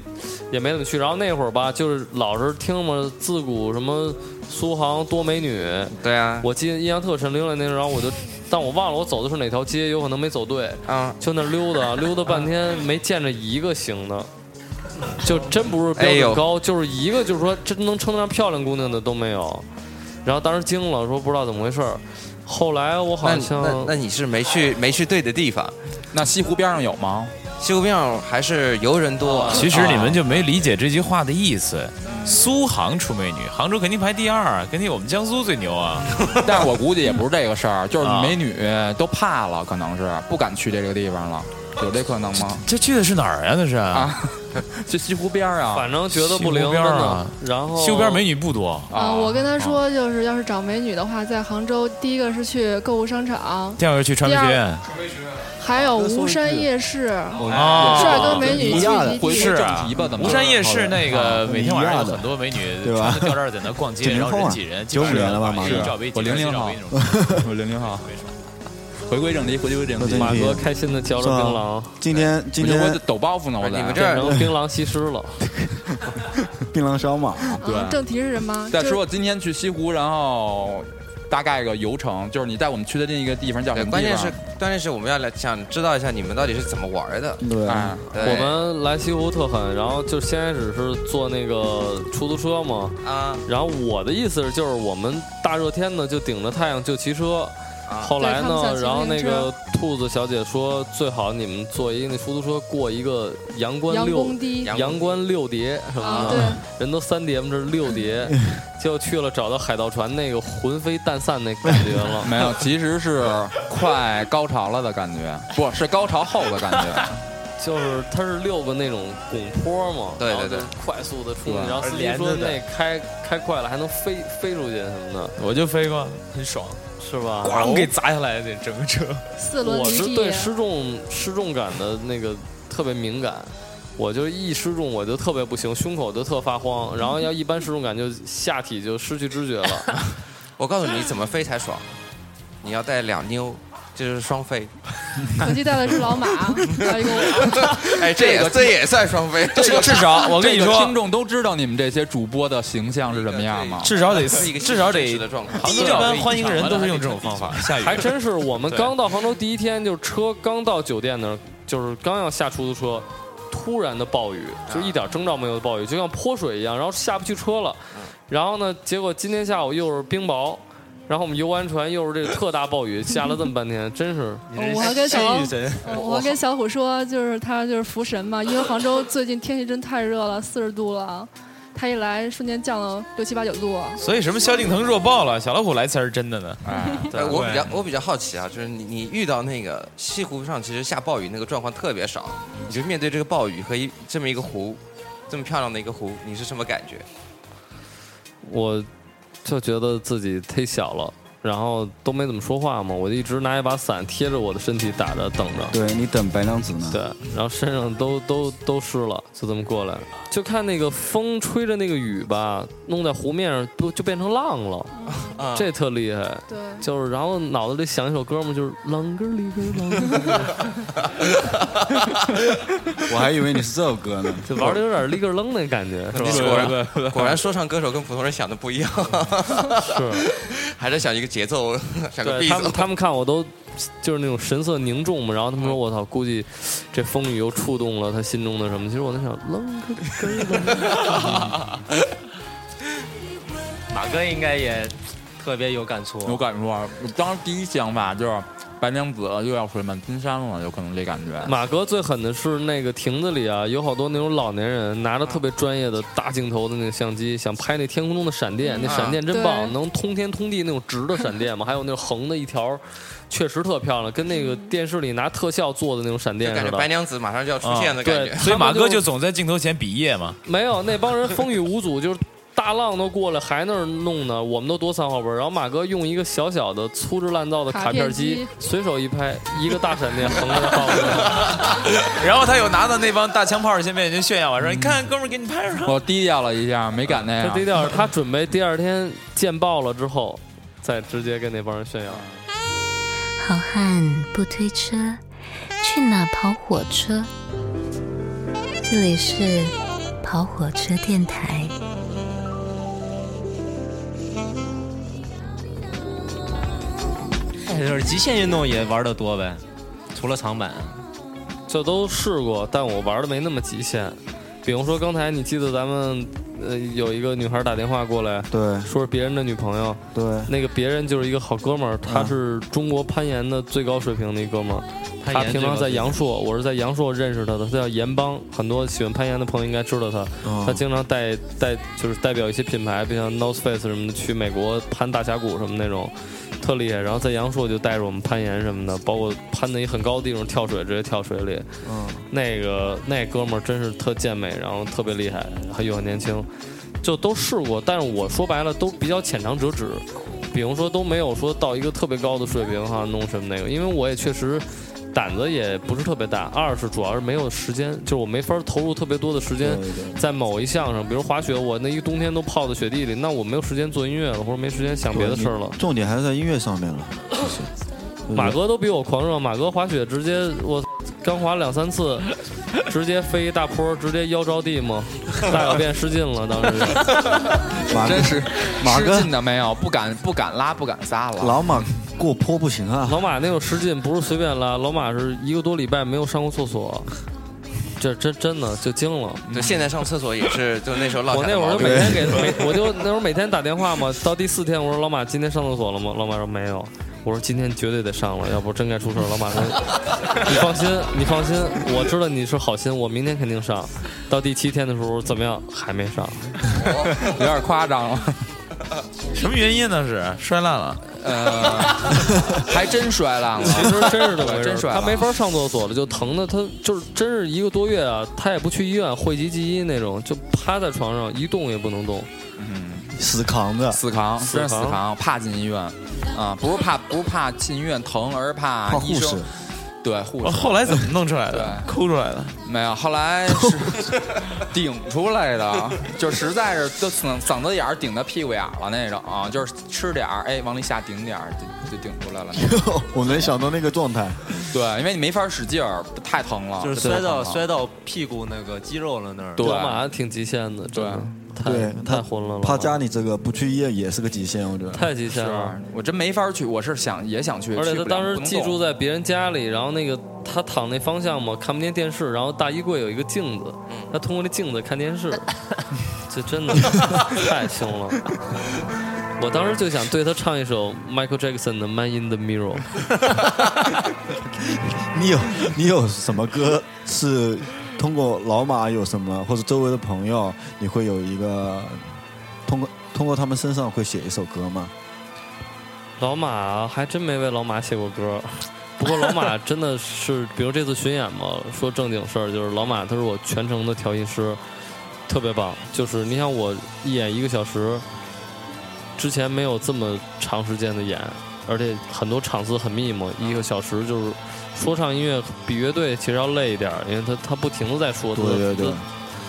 也没怎么去。然后那会儿吧，就是老是听嘛自古什么苏杭多美女，对啊，我记得印象特深。溜达那时候，然后我就，但我忘了我走的是哪条街，有可能没走对，啊，就那溜达溜达半天，没见着一个行的。就真不是标哎呦准高，就是一个就是说真能称得上漂亮姑娘的都没有，然后当时惊了，说不知道怎么回事儿。后来我好那像那那你是没去没去对的地方。那西湖边上有吗？西湖边上还是游人多。其实你们就没理解这句话的意思。苏杭出美女，杭州肯定排第二，肯定我们江苏最牛啊！但是我估计也不是这个事 儿，就是啊美女都怕了，可能是不敢去这个地方了，有这可能吗？这去的是哪儿呀？那是啊，就西湖边儿啊，反正觉得不灵边的儿呢啊。然后西湖边儿美女不多哦啊，我跟他说，就是要是找美女的话，在杭州，第一个是去购物商场，第二个去传媒学院，还有吴山夜市，啊哦帅哥美女聚集地。是啊吴山 夜市那个每天晚上有很多美女对吧穿着吊带儿在那逛街， 90然后人后啊挤人， 95年了吧马马哥一罩杯，我零零后，我零零后，回归正题，回归正回归正题。题马哥开心地嚼着是吧槟榔今天今天我就抖包袱呢，我哎在变成槟榔西施了。槟榔烧嘛，啊对。正题是什么？再就是说我今天去西湖，然后大概个游程，就是你带我们去的那个地方叫什对，么地方？关键是关键是我们要来想知道一下你们到底是怎么玩的。对啊，对我们来西湖特狠，然后就先开始是坐那个出租车嘛，啊，然后我的意思是就是我们大热天的就顶着太阳就骑车，啊后来对他们想呢，骑然后自那行个兔子小姐说最好你们坐一个那出租车过一个阳关阳六光堤阳关六叠什啊么的，人都三叠，我们这是 六叠，就去了找到海盗船那个魂飞蛋散那感觉了没有，其实是快高潮了的感觉，不是高潮后的感觉。 就是它是六个那种拱坡嘛，对然后对对就快速的出去对，然后司机连着说的那开开快了还能飞飞出去什么的，我就飞过，很爽，是吧？咣给砸下来，得整个车。四轮我离是地，对失重失重感的那个特别敏感，我就一失重我就特别不行，胸口就特发慌，然后要一般失重感就下体就失去知觉了。我告诉你怎么飞才爽，你要带两妞，这就是双飞。可惜带的是老马，还有一个我。哎，这也这也算双飞，这个至少我跟你这个说啊听众都知道你们这些主播的形象是什么样吗？至少得是一个至少真得实的状况杭州一般欢迎人都是用这种方法。下雨还真是，我们对刚到杭州第一天，就是车刚到酒店那儿，就是刚要下出租车，突然的暴雨，就一点征兆没有的暴雨，就像泼水一样，然后下不去车了。然后呢，结果今天下午又是冰雹，然后我们游完船又是这个特大暴雨，下了这么半天，真是。我还跟小王玉神，我还跟小虎说，就是他就是福神嘛，因为杭州最近天气真太热了，四十度了，他一来瞬间降了六七八九度。啊所以什么萧敬腾弱爆了，小老虎来才是真的呢。对哎，我比较我比较好奇啊，就是你你遇到那个西湖上其实下暴雨那个状况特别少，你就面对这个暴雨和一这么一个湖，这么漂亮的一个湖，你是什么感觉？我就觉得自己忒小了，然后都没怎么说话嘛，我就一直拿一把伞贴着我的身体打着等着。对你等白娘子呢？对，然后身上都都都湿了，就这么过来了。就看那个风吹着那个雨吧，弄在湖面上都就变成浪了，这特厉害。对就是然后脑子里想一首歌嘛，就是啷个儿里个儿啷个儿里我还以为你是这首歌呢，就玩的有点立个儿楞那感觉，是吧？果然果然说唱歌手跟普通人想的不一样，是， 还是想一个节奏，想个对 beat 他们，他们看我都就是那种神色凝重嘛，然后他们说：“我操，估计这风雨又触动了他心中的什么。”其实我在想，啷个儿里个儿啷个儿。马哥应该也特别有感触。我敢说，啊我当时第一想法就是白娘子又要水漫金山了，有可能这感 觉。马哥最狠的是那个亭子里啊，有好多那种老年人拿着特别专业的大镜头的那个相机，想拍那天空中的闪嗯电，那啊闪电真棒，对能通天通地那种直的闪电嘛，还 有那种横的一条，确实特漂亮，跟那个电视里拿特效做的那种闪电感似觉的。嗯白娘子马上就要出现的对感觉。他所以马们哥就总在镜头前比耶嘛。没有，那帮人风雨无阻，就是大浪都过来还那儿弄呢，我们都躲三号本儿。然后马哥用一个小小的粗制滥造的卡卡片片机机，随手一拍，一个大闪电横着到我 然后他又拿到那帮大枪炮儿先面前炫耀我说：“你看，哥们儿，给你拍上。我哦低调了一下，没敢那这样。低调，嗯他准备第二天见报了之后，再直接跟那帮人炫耀。好汉不推车，去哪跑火车？这里是跑火车电台。哎就是极限运动也玩的多呗，除了长板。这都试过，但我玩的没那么极限。比如说刚才你记得咱们呃有一个女孩打电话过来，对，说是别人的女朋友，对，那个别人就是一个好哥们儿，他是中国攀岩的最高水平的一哥们儿，攀他平岩最常高在境阳朔，我是在阳朔认识他的。他叫岩帮，很多喜欢攀岩的朋友应该知道他。哦他经常代代就是代表一些品牌，比如像 North Face 什么的，去美国攀大峡谷什么那种，特厉害。然后在阳朔就带着我们攀岩什么的，包括攀的一很高的地方跳水，直接跳水里。嗯，那个那哥们儿真是特健美，然后特别厉害，还又很年轻，就都试过。但是我说白了，都比较浅尝辄止，比如说都没有说到一个特别高的水平哈，弄什么那个。因为我也确实胆子也不是特别大，二是主要是没有时间，就是我没法投入特别多的时间在某一项上，比如滑雪，我那一冬天都泡在雪地里，那我没有时间做音乐了，或者没时间想别的事儿了。重点还是在音乐上面了。就是马哥都比我狂热，马哥滑雪直接我刚滑两三次，直接飞一大坡，直接腰着地嘛，大小便失禁了，当时马哥真是马哥失禁的没有，不敢不敢拉，不敢撒了。老马过坡不行啊，老马那种失禁不是随便拉，老马是一个多礼拜没有上过厕所，这真真的就惊了。就现在上厕所也是，就那时候落我下那的会儿就毛病每 天给每，我就那会儿每天打电话嘛，到第四天我说老马今天上厕所了吗？老马说没有。我说今天绝对得上了，要不真该出事儿。老马说：“你放心，你放心，我知道你是好心，我明天肯定上。”到第七天的时候怎么样？还没上，有点夸张了。什么原因呢？是摔烂了？呃，还真摔烂了。其实真是这么回事 真儿，啊摔他烂了没法上厕所了，就疼的他就是真是一个多月啊，他也不去医院，讳疾忌医那种，就趴在床上一动也不能动。死扛着，死扛，真是死扛，怕进医院啊，不是怕不是怕进医院疼，而是怕怕护医生士。对护哦士，后来怎么弄出来的？抠出来的？没有，后来是 顶出来的，就实在是就嗓嗓子眼儿顶到屁股眼儿了那种啊，就是吃点儿，哎，往里下顶点儿，就就顶出来了。 我能想到那个状态。对，因为你没法使劲儿，太疼了，就是摔到太疼了摔到屁股那个肌肉了那儿。对老马挺极限的，对，太对，太混了，啊他家里这个不去医院也是个极限，我觉得。太极限了。是我真没法去，我是想也想去，啊而且去他不了当时不能寄动住在别人家里，然后那个他躺那方向嘛，看不见电视，然后大衣柜有一个镜子，嗯他通过那镜子看电 视，这真的太凶了。 我当时就想对他唱一首 Michael Jackson 的《Man in the Mirror》， 你有你有什么歌是通过老马有什么，或者周围的朋友，你会有一个通过通过他们身上会写一首歌吗？老马还真没为老马写过歌， 不过老马真的是，比如这次巡演嘛，说正经事儿，就是老马他是我全程的调音师，特别棒。就是你想我一演一个小时，之前没有这么长时间的演，而且很多场次很密嘛，一个小时就是说唱音乐比乐队其实要累一点儿，因为他他不停的在说，他对对对他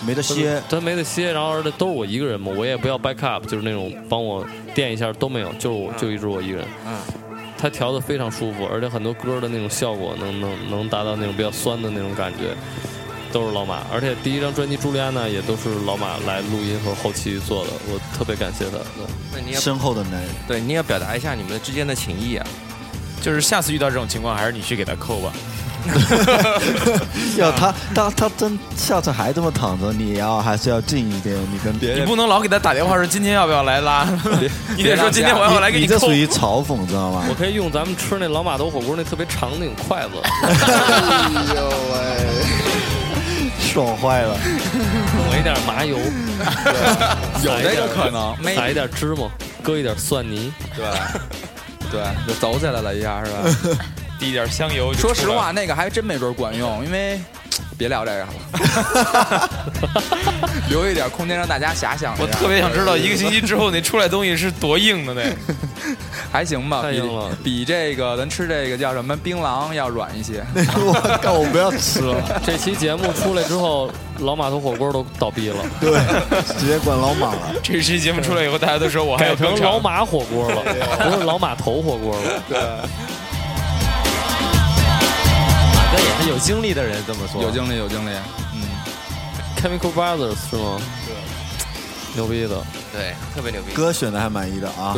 没得歇他没得歇，然后而且都是我一个人嘛，我也不要 back up，就是那种帮我垫一下都没有，就是嗯我就一直我一个人。他调的非常舒服，而且很多歌的那种效果能能能达到那种比较酸的那种感觉，都是老马。而且第一张专辑《朱莉安娜》也都是老马来录音和后期做的，我特别感谢他。那你也深厚的男人。对，你也要表达一下你们之间的情谊啊。就是下次遇到这种情况，还是你去给他抠吧。要他他他真下次还这么躺着，你要还是要近一点，你跟别你不能老给他打电话说今天要不要来拉， 你得说今天我要来给你这抠属。于嘲讽，知道吗我？可以用咱们吃那老马头火锅那特别长的那种筷子，哎呦喂，爽坏了！抹一点麻油， 有撒一这点个可能啊没哎撒一点芝麻，搁一点蒜泥，对，对，就走起来了一下，是 吧？滴一点香油就出说来了。实话，那个还真没准管用，因为别聊这个了， 留一点空间让大家遐想一下。我特别想知道一个星期之后你出来东西是多硬的那。还行哎吧，太比硬了比这个咱吃这个叫什么槟榔要软一些。 我靠，我不要吃了。这期节目出来之后，老码头火锅都倒闭 了， 对，直接管老马了。这期节目出来以后，大家都说我还有改更成老长。马火锅了，不是老码头火锅了。对，马哥也是有经历的人，这么说有经历，有经历。 Chemical Brothers 是吗？对，牛逼的。对，特别牛逼。歌选的还满意的啊？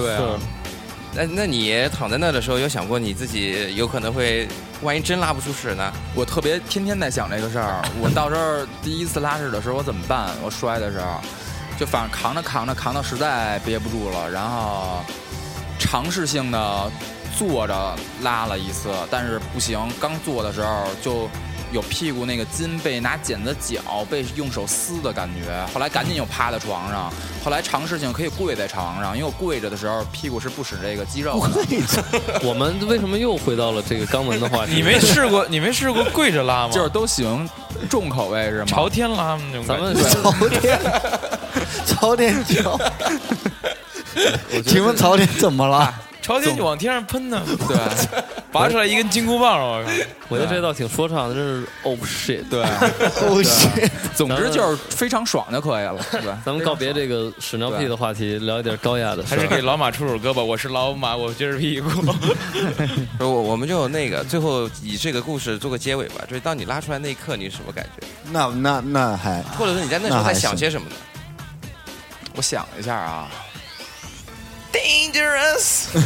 那那你躺在那的时候，有想过你自己有可能会，万一真拉不出屎呢？我特别天天在想这个事儿。我到时候第一次拉屎的时候，我怎么办？我摔的时候，就反正扛着扛着扛到实在憋不住了，然后尝试性的坐着拉了一次，但是不行，刚坐的时候就有屁股那个筋被拿剪子绞，被用手撕的感觉。后来赶紧又趴在床上，后来尝试性可以跪在床上，因为我跪着的时候屁股是不使这个肌肉的。我们为什么又回到了这个肛门的话题？ 你没试过，你没试过跪着拉吗？就是都行，重口味是吗？朝天拉吗？那种咱们朝天，朝天脚。请问槽点怎么了？朝天就往天上喷呢，对，拔出来一根金箍棒，我靠！我觉得这倒挺说唱的，这是 oh shit，对，oh shit，总之就是非常爽就可以了。对，咱们告别这个屎尿屁的话题，聊一点高雅的事还儿。啊是给老马出首歌吧。我是老马，我撅着屁股。我我们就那个最后以这个故事做个结尾吧，就是当你拉出来那一刻，你是什么感觉？那那那还，或者是你在那时候在想些么？什么呢？我想了一下啊， Dangerous，就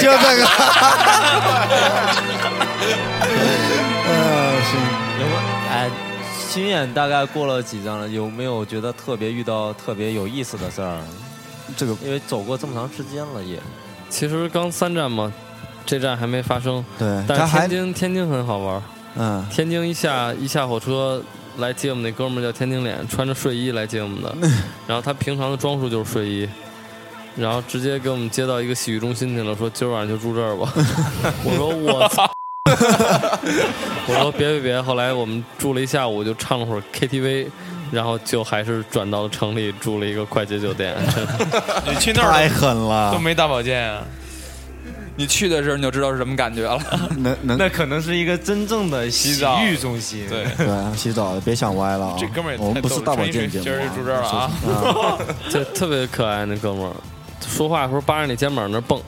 这个。有没有？哎，巡演大概过了几张了？有没有觉得特别遇到特别有意思的事儿？这个因为走过这么长时间了也，其实刚三站嘛，这站还没发生。对但他是还天津天津很好玩儿。嗯，天津一下一下火车来接我们那哥们儿叫天津脸，穿着睡衣来接 我们的。然后他平常的装束就是睡衣，然后直接给我们接到一个洗浴中心去了，说今儿晚上就住这 儿吧。我说我操。 我说别别别，后来我们住了一下午，就唱了会儿 KTV，然后就还是转到了城里住了一个快捷酒店。你去那儿太狠了都没大保健啊！你去的时候你就知道是什么感觉了。能能那可能是一个真正的洗澡浴中心。对对，洗澡别想歪了啊！这哥们儿也太我们不是大保健节逗了目啊，今儿就住这儿了啊啊！这特别可爱那哥们儿，说话的时候扒着你肩膀那儿蹦，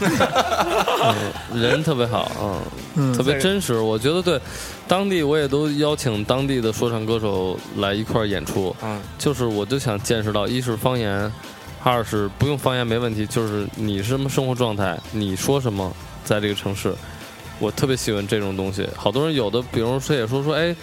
嗯人特别好，嗯，嗯特别真实。我觉得对，当地我也都邀请当地的说唱歌手来一块儿演出，嗯，就是我就想见识到，一是方言，二是不用方言没问题，就是你是什么生活状态，你说什么，在这个城市。我特别喜欢这种东西，好多人有的，比如说也说说，哎，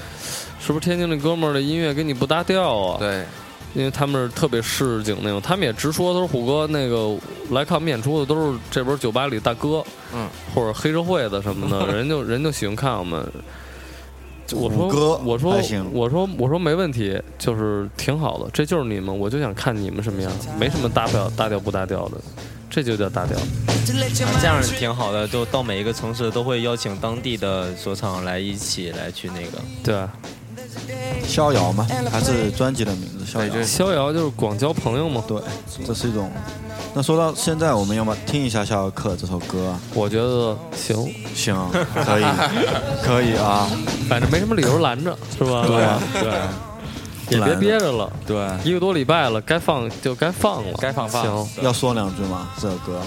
是不是天津那哥们儿的音乐跟你不搭调啊？对，因为他们是特别市井那种，他们也直说，都是虎哥那个来看我们演出的都是这边酒吧里大哥，嗯，或者黑社会的什 么的，人就人就喜欢看我们。就我虎说哥我说还行我说我说没问题，就是挺好的，这就是你们，我就想看你们什么样，没什么搭调搭调不搭调的，这就叫搭调。 这样挺好的，就到每一个城市都会邀请当地的说唱来一起来去那个。对啊，逍遥吗？还是专辑的名字？逍遥。逍遥就是广交朋友嘛。对，这是一种。那说到现在，我们要么听一下《逍遥客》这首歌啊？我觉得行，行，可以，可以啊。反正没什么理由拦着，是吧？对啊 对，也别憋着了。对，一个多礼拜了，该放就该放了，该放行，要说两句吗？这首歌。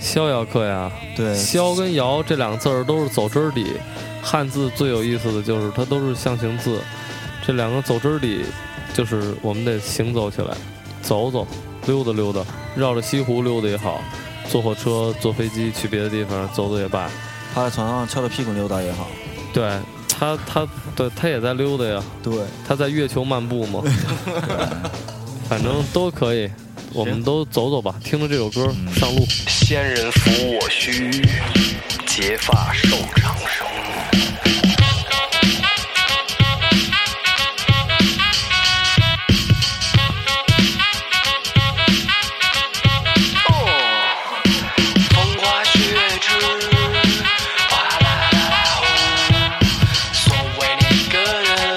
逍遥客呀，对逍跟遥这两个字儿都是走之儿底，汉字最有意思的就是它都是象形字，这两个走之儿底，就是我们得行走起来，走走，溜达溜达，绕着西湖溜达也好，坐火车、坐飞机去别的地方走走也罢，趴在床上翘着屁股溜达也好。对他，他对他也在溜达呀，对，他在月球漫步嘛，反正都可以，我们都走走吧，听着这首歌上路。仙人扶我须，结发受长生。风花雪枝，哗啦啦啦呼。所谓一个人，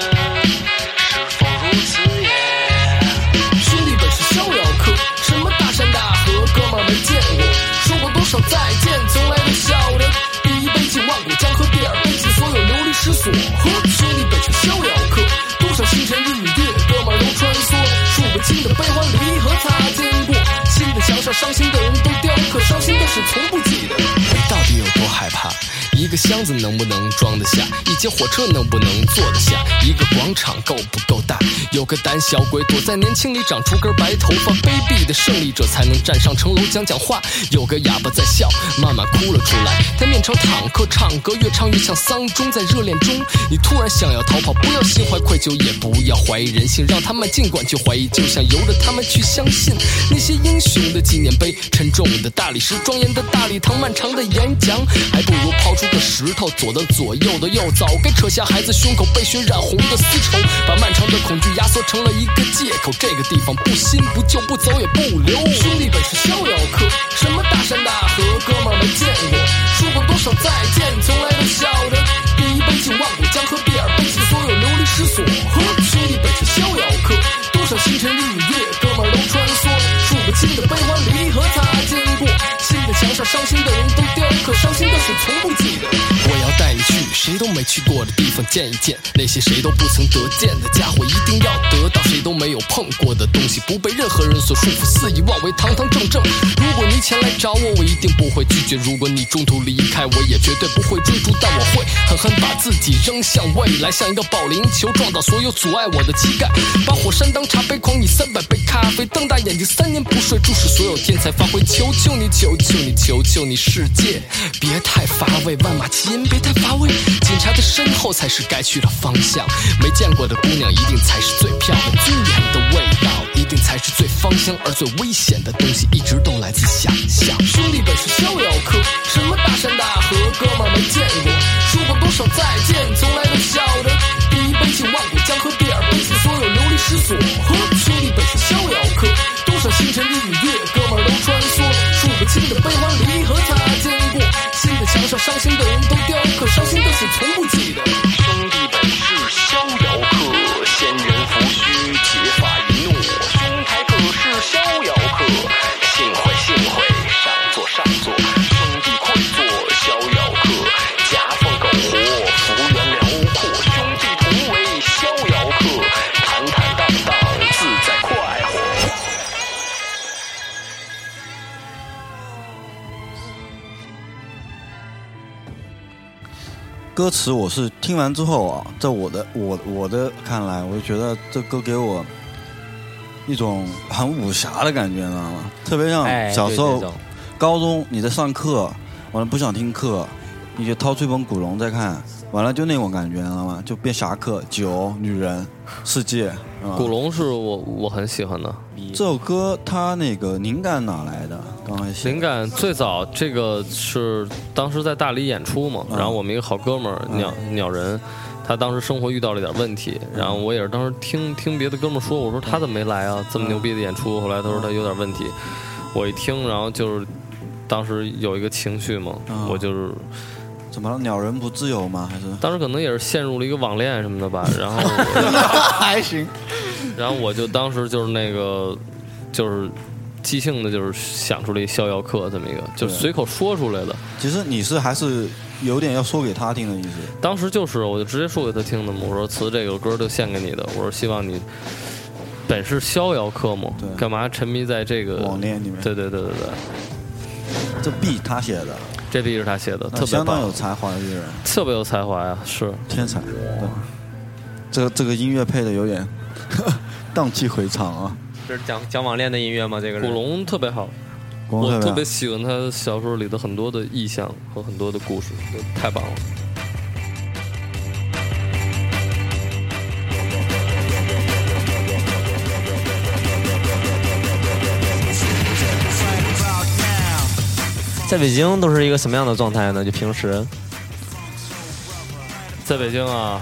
是否如此也？兄弟本是逍遥客，什么大山大河，哥们儿没见过。说过多少再见，从来都笑着。第一杯敬万古江河，第二杯敬所有流离失所和。兄弟本是逍遥客，多少星辰日与月，哥们儿都穿梭。数不清的悲欢离合擦肩过，新的想上伤心的人都雕刻，伤心的事从不记得。你到底有多害怕？一个逍箱子能不能装得下？一节火车能不能坐得下？一个广场够不够大？有个胆小鬼躲在年轻里长出根白头发，卑鄙的胜利者才能站上城楼讲讲话。有个哑巴在笑，慢慢哭了出来。他面朝坦克唱歌，越唱越像丧钟。在热恋中，你突然想要逃跑，不要心怀愧疚，也不要怀疑人性，让他们尽管去怀疑，就想由着他们去相信那些英雄的纪念碑，沉重的大理石，庄严的大礼堂，漫长的演讲，还不如抛出个石头，左的左，右的右，早该扯下孩子胸口被血染红的丝绸，把漫长的恐惧压缩成了一个借口。这个地方不新不旧，不走也不留。兄弟本是逍遥客，什么大山大河，哥们儿没见过，说过多少再见，从来都笑着。第一杯敬万古江河，第二杯敬所有流离失所。呵，兄弟本是逍遥客，多少星辰日月，哥们儿都穿梭。数不清的悲欢离合，擦肩过。新的墙上，伤心的人都雕刻，伤心的事从不记得。我要带你去谁都没去过的地方见一见，那些谁都不曾得见的家伙，一定要得到谁都没有碰过的东西，不被任何人所束缚，肆意妄为，堂堂正正。如果你前来找我，我一定不会拒绝；如果你中途离开，我也绝对不会追逐，但我会狠狠把自己扔向未来，像一个保龄球撞到所有阻碍我的膝盖，把火山当茶杯狂饮三百杯咖啡，瞪大眼睛三年不睡，注视所有天才发挥，求求你，求求你，求求你，世界别太乏味，万马齐喑别太乏味，警察的身后才是该去的方向，没见过的姑娘一定才是最漂亮，尊严的味道一定才是最芳香，而最危险的东西一直都来自想象。兄弟本是逍遥客，什么大山大河，哥们儿没见过。说过多少再见，从来都笑着。第一杯敬万古江河，第二杯敬所有流离失所。呵，兄弟本是逍遥客，多少星辰日与月，哥们儿都穿梭。数不清的悲欢离合，擦肩过。新的墙上，伤心的人都雕刻，伤心的事从不记得。兄弟本是逍遥客，仙人拂须，结发一怒。兄台可是逍遥客，幸会幸会，上座上座。兄弟快坐，逍遥客，夹缝苟活，幅员辽阔。兄弟同为逍遥客，坦坦荡荡，自在快活。歌词我是听完之后啊，在我的我我的看来，我就觉得这歌给我一种很武侠的感觉，你知道吗？特别像哎小时对候这种、高中你在上课，完了不想听课，你就掏出一本古龙在看，完了就那种感觉，你知道吗？就变侠客、酒、女人、世界。古龙是我我很喜欢的。这首歌它那个灵感哪来的？刚开始灵感最早这个是当时在大理演出嘛，然后我们一个好哥们儿鸟鸟人，他当时生活遇到了一点问题，然后我也是当时听听别的哥们儿说，我说他怎么没来啊？这么牛逼的演出，后来他说他有点问题，我一听，然后就是当时有一个情绪嘛，我就是怎么了？鸟人不自由吗？还是当时可能也是陷入了一个网恋什么 的吧，然后还行。然后我就当时就是那个，就是即兴的，就是想出了一逍遥客这么一个，就对随口说出来的。其实你是还是有点要说给他听的意思。当时就是，我就直接说给他听的嘛。我说：“词这个歌就献给你的。”我说：“希望你本是逍遥客嘛，干嘛沉迷在这个网恋里面？”对对对对对，这 B 他写的，这必是他写的，那特别啊相当棒，有才华的一个人，特别有才华呀，是天才。对，这这个音乐配的有点 荡气回肠啊。这是讲讲网恋的音乐吗？这个古龙特别好。古龙我特别好特别喜欢他小说里的很多的意象和很多的故事，太棒了。在北京都是一个什么样的状态呢？就平时在北京啊，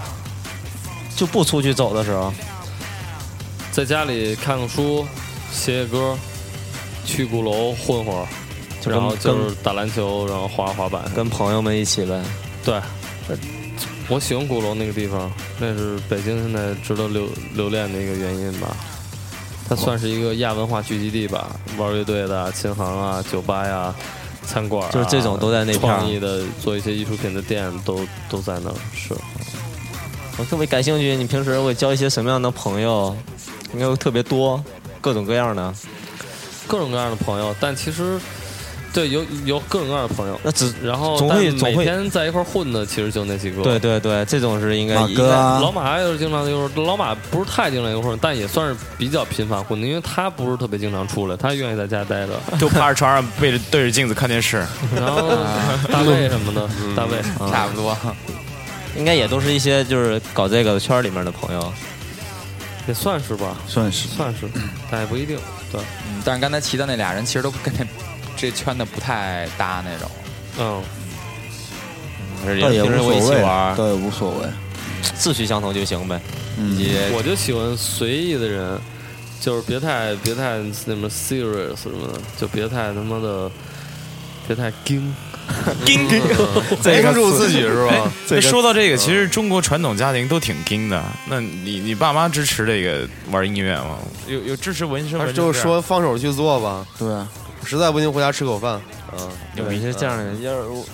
就不出去走的时候，在家里看看书，写写歌，去鼓楼混会儿，就跟然后就是跟打篮球，然后滑滑板，跟朋友们一起呗。对，我喜欢鼓楼那个地方，那是北京现在值得留留恋的一个原因吧。它算是一个亚文化聚集地吧，玩乐队的、琴行啊、酒吧呀、餐馆、啊，就是这种都在那片儿创意的做一些艺术品的店都都在那儿，是。我特别感兴趣，你平时会交一些什么样的朋友？应该会特别多，各种各样的。各种各样的朋友，但其实对，有有各种各样的朋友。那只然后总但会每总会天在一块儿混的，其实就那几个。对对对，这种是应该应该啊老马也是经常一块儿，老马不是太经常一块儿，但也算是比较频繁混的，因为他不是特别经常出来，他愿意在家待着。 就趴着床上背着对着镜子看电视， 然后啊 嗯大卫什么的，大卫啊差不多，嗯应该也都是一些就是搞这个圈儿里面的朋友，也算是吧，算是算是，但也不一定。对，嗯但是刚才提的那俩人其实都跟这 这圈子不太搭那种。嗯，就是倒也平时无我一所起谓，玩儿倒也无所谓。志趣相同就行呗。嗯我就喜欢随意的人，就是别太别太那么 serious 什么的，就别太他妈的，别太精。盯盯这个 哎那说到这个，其实嗯中国传统家庭都挺盯的。那你你爸妈支持这个玩音乐吗？有有支持纹身他纹身就这样是说放手去做吧。对，实在不行回家吃口饭。嗯，有一些这样的人，要是我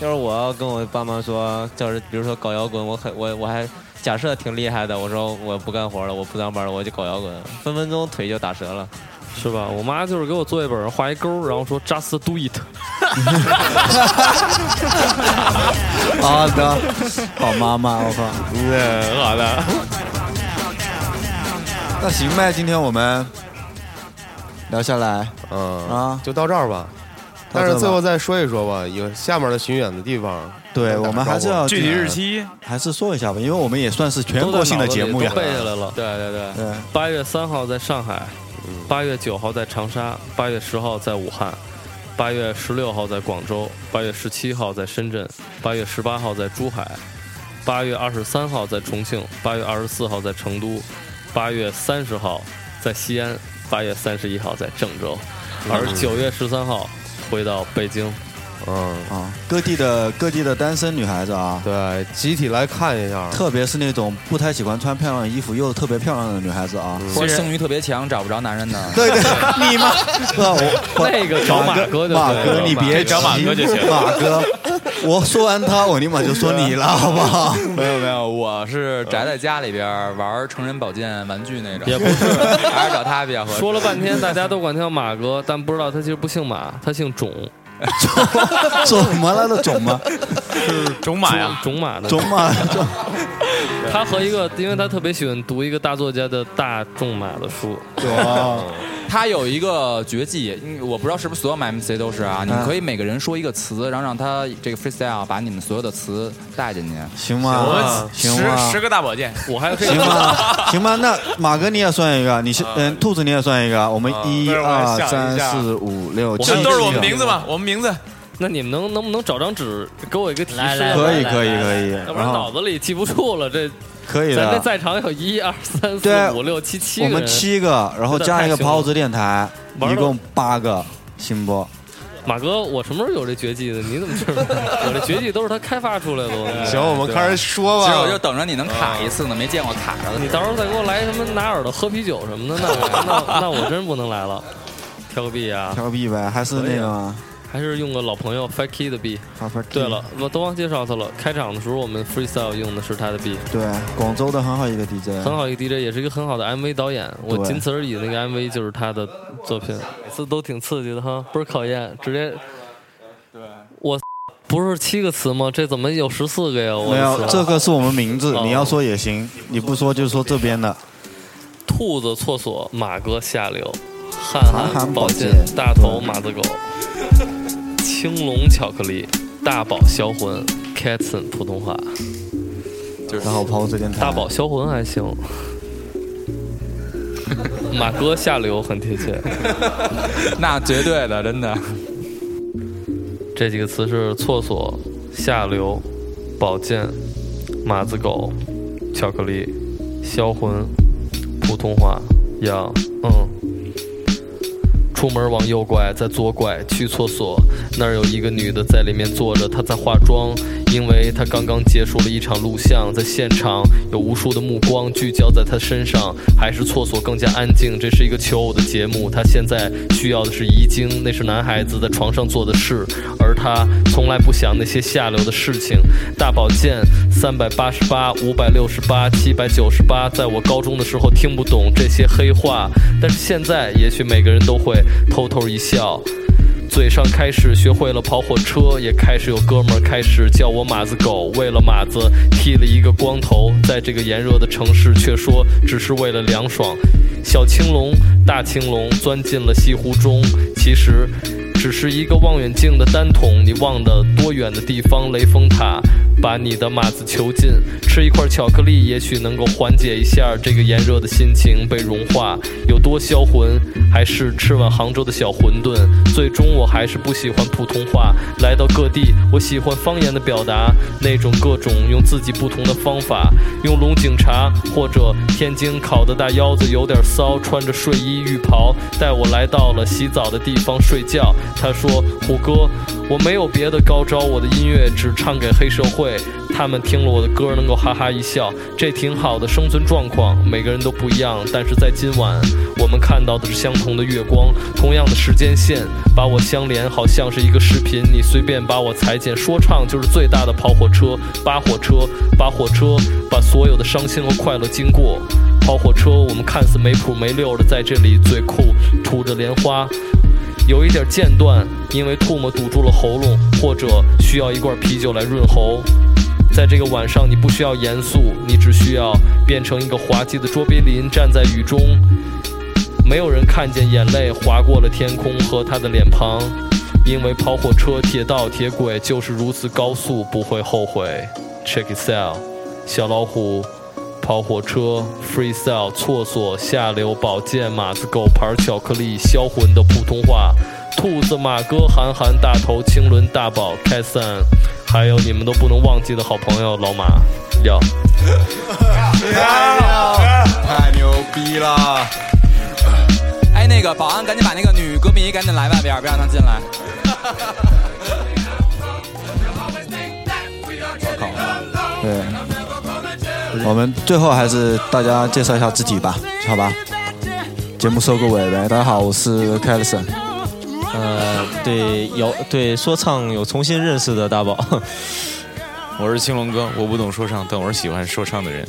要是我要跟我爸妈说，就是比如说搞摇滚，我很我我还假设挺厉害的，我说我不干活了，我不当班了，我就搞摇滚，分分钟腿就打折了。是吧？我妈就是给我做一本，画一勾，然后说 “just do it”。好的，好妈妈，我靠，呃嗯，好 的。那行呗，今天我们聊下来，嗯啊，就到这儿吧。到但这儿吧是最后再说一说吧，有下面的巡演的地方。对我们还是要具体日期还是说一下吧，因为我们也算是全国性的节目呀都，背下来了。对对对，八月三号在上海，八月九号在长沙，八月十号在武汉，八月十六号在广州，八月十七号在深圳，八月十八号在珠海，八月二十三号在重庆，八月二十四号在成都，八月三十号在西安，八月三十一号在郑州，而九月十三号回到北京。嗯啊，各地的各地的单身女孩子啊，对，集体来看一下，特别是那种不太喜欢穿漂亮的衣服又特别漂亮的女孩子啊，嗯或者性欲特别强找不着男人的，对 对，你妈，我那个找马哥就马对了哥，你别急找马哥就行马哥，我说完他，我立马就说你啊了，好不好？没有没有，我是宅在家里边儿玩成人保健玩具那种，嗯也不是， 还是找他比较合适。说了半天，大家都管他叫马哥，但不知道他其实不姓马，他姓种。怎么了？都种吗？是种马呀，种马的种马。他和一个，因为他特别喜欢读一个大作家的大仲马 的书。哇，他有一个绝技，嗯我不知道是不是所有 MC 都是啊，你们可以每个人说一个词，然后让他这个 freestyle 把你们所有的词带进去，行啊吗？行吗？个大保健，我还行吧，行吧，那马哥你也算一个，你是嗯，兔子你也算一个，我们一不是我还二想三一下四五六我七，们都是我们名字嘛，我们名字。那你们能能不能找张纸给我一个提示？可以可以可以，要不然然后脑子里记不住了。这可以咱这的，在场有一二三对四五六七七我个们人，七个，然后加一个真的太凶了包子电台，玩一儿到共八个，行不？马哥，我什么时候有这绝技的？你怎么 知道？我这绝技都是他开发出来的。我行我们开始说吧其实我就等着你能卡一次呢，没见过卡着的。你到时候再给我来什么拿耳朵喝啤酒什么的，那我那那我真不能来了。挑个币啊，调币呗，还是那个吗？还是用个老朋友 f a k y 的币。发发 key 对了，我都忘介绍他了。开场的时候我们 freestyle 用的是他的币，对，广州的很好一个 DJ，很好一个 DJ，也是一个很好的 MV 导演。我嗯对仅此而已，那个 MV 就是他的作品，每次都挺刺激的哈，不是考验，直接。我不是七个词吗？这怎么有十四个呀？我没有，的这天啊个是我们名字，你要说也行，你不说就说这边的。兔子厕所，马哥下流，汉韩寒寒宝宝剑剑，大头马子狗，青龙巧克力，大宝销魂，Catson 普通话，然后跑这电台，大宝销魂还行，马哥下流很贴切， 那绝对的，真的。这几个词是厕所、下流、宝剑、马子狗、巧克力、销魂、普通话、呀，嗯。出门往右拐，再左拐去厕所，那儿有一个女的在里面坐着，她在化妆，因为她刚刚结束了一场录像，在现场有无数的目光聚焦在她身上，还是厕所更加安静。这是一个求偶的节目，她现在需要的是遗精，那是男孩子在床上做的事，而她从来不想那些下流的事情。大保健三百八十八、五百六十八、七百九十八，在我高中的时候听不懂这些黑话，但是现在也许每个人都会偷偷一笑。嘴上开始学会了跑火车，也开始有哥们儿开始叫我马子狗。为了马子剃了一个光头，在这个炎热的城市，却说只是为了凉爽。小青龙、大青龙钻进了西湖中，其实。只是一个望远镜的单筒，你望的多远的地方？雷峰塔把你的马子囚禁，吃一块巧克力也许能够缓解一下这个炎热的心情被融化，有多销魂？还是吃碗杭州的小馄饨？最终我还是不喜欢普通话，来到各地，我喜欢方言的表达，那种各种用自己不同的方法，用龙井茶或者天津烤的大腰子有点骚，穿着睡衣浴袍，带我来到了洗澡的地方睡觉。他说：“虎哥，我没有别的高招，我的音乐只唱给黑社会，他们听了我的歌能够哈哈一笑，这挺好的生存状况。每个人都不一样，但是在今晚，我们看到的是相同的月光，同样的时间线，把我相连，好像是一个视频。你随便把我裁剪，说唱就是最大的跑火车，扒火车，扒火车，把所有的伤心和快乐经过。”跑火车，我们看似没谱没溜的在这里最酷，吐着莲花，有一点间断，因为唾沫堵住了喉咙，或者需要一罐啤酒来润喉。在这个晚上，你不需要严肃，你只需要变成一个滑稽的卓别林，站在雨中，没有人看见眼泪划过了天空和他的脸庞，因为跑火车、铁道、铁轨就是如此高速，不会后悔。Check it out，小老虎。跑火车、freestyle、厕所、下流、保健、马子狗牌、巧克力、销魂的普通话、兔子、马哥、韩寒、大头、青轮、大宝、开森，还有你们都不能忘记的好朋友老马，要。太牛逼了！哎，那个保安，赶紧把那个女歌迷赶紧来外边，别让她进来。对，我们最后还是大家介绍一下自己吧，好吧？节目收个尾呗。大家好，我是凯 s o n 呃，啊对有对说唱有重新认识的大宝， 我是青龙哥，我不懂说唱，但我是喜欢说唱的人。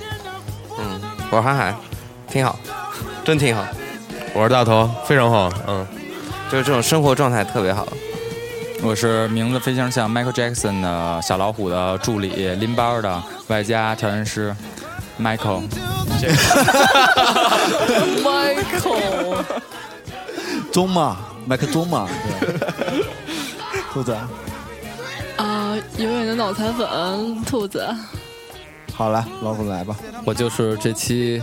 嗯，我是韩寒，挺好，真挺好。我是大头，非常好，嗯，就是这种生活状态特别好。我是名字非常像 Michael Jackson 的小老虎的助理拎包的，外加调音师 Michael。 Michael，中嘛，麦克中嘛，对 吧兔子。啊，永远的脑残粉兔子，好了，老虎来吧。我就是这期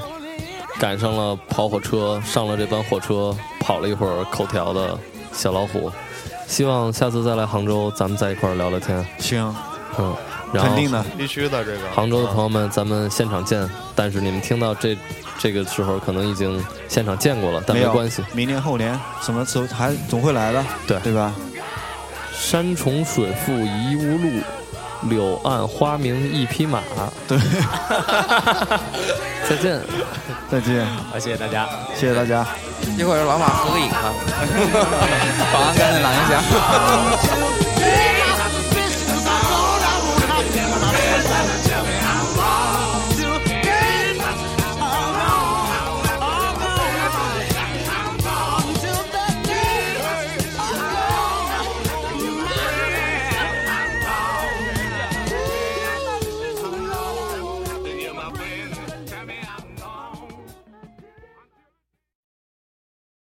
赶上了跑火车，上了这班火车，跑了一会儿口条的小老虎。希望下次再来杭州，咱们在一块儿聊聊天。行，嗯，然后肯定的嗯必须的这个杭州的朋友们，咱们现场见。但是你们听到这这个时候，可能已经现场见过了，但没没有关系。，明年后年什么时候还总会来的，对对吧？山重水复疑无路，柳暗花明一匹马。对， 再见，再见，好，谢谢大家。谢谢大家。 一会儿让老马合个影啊，保安赶紧拦一下。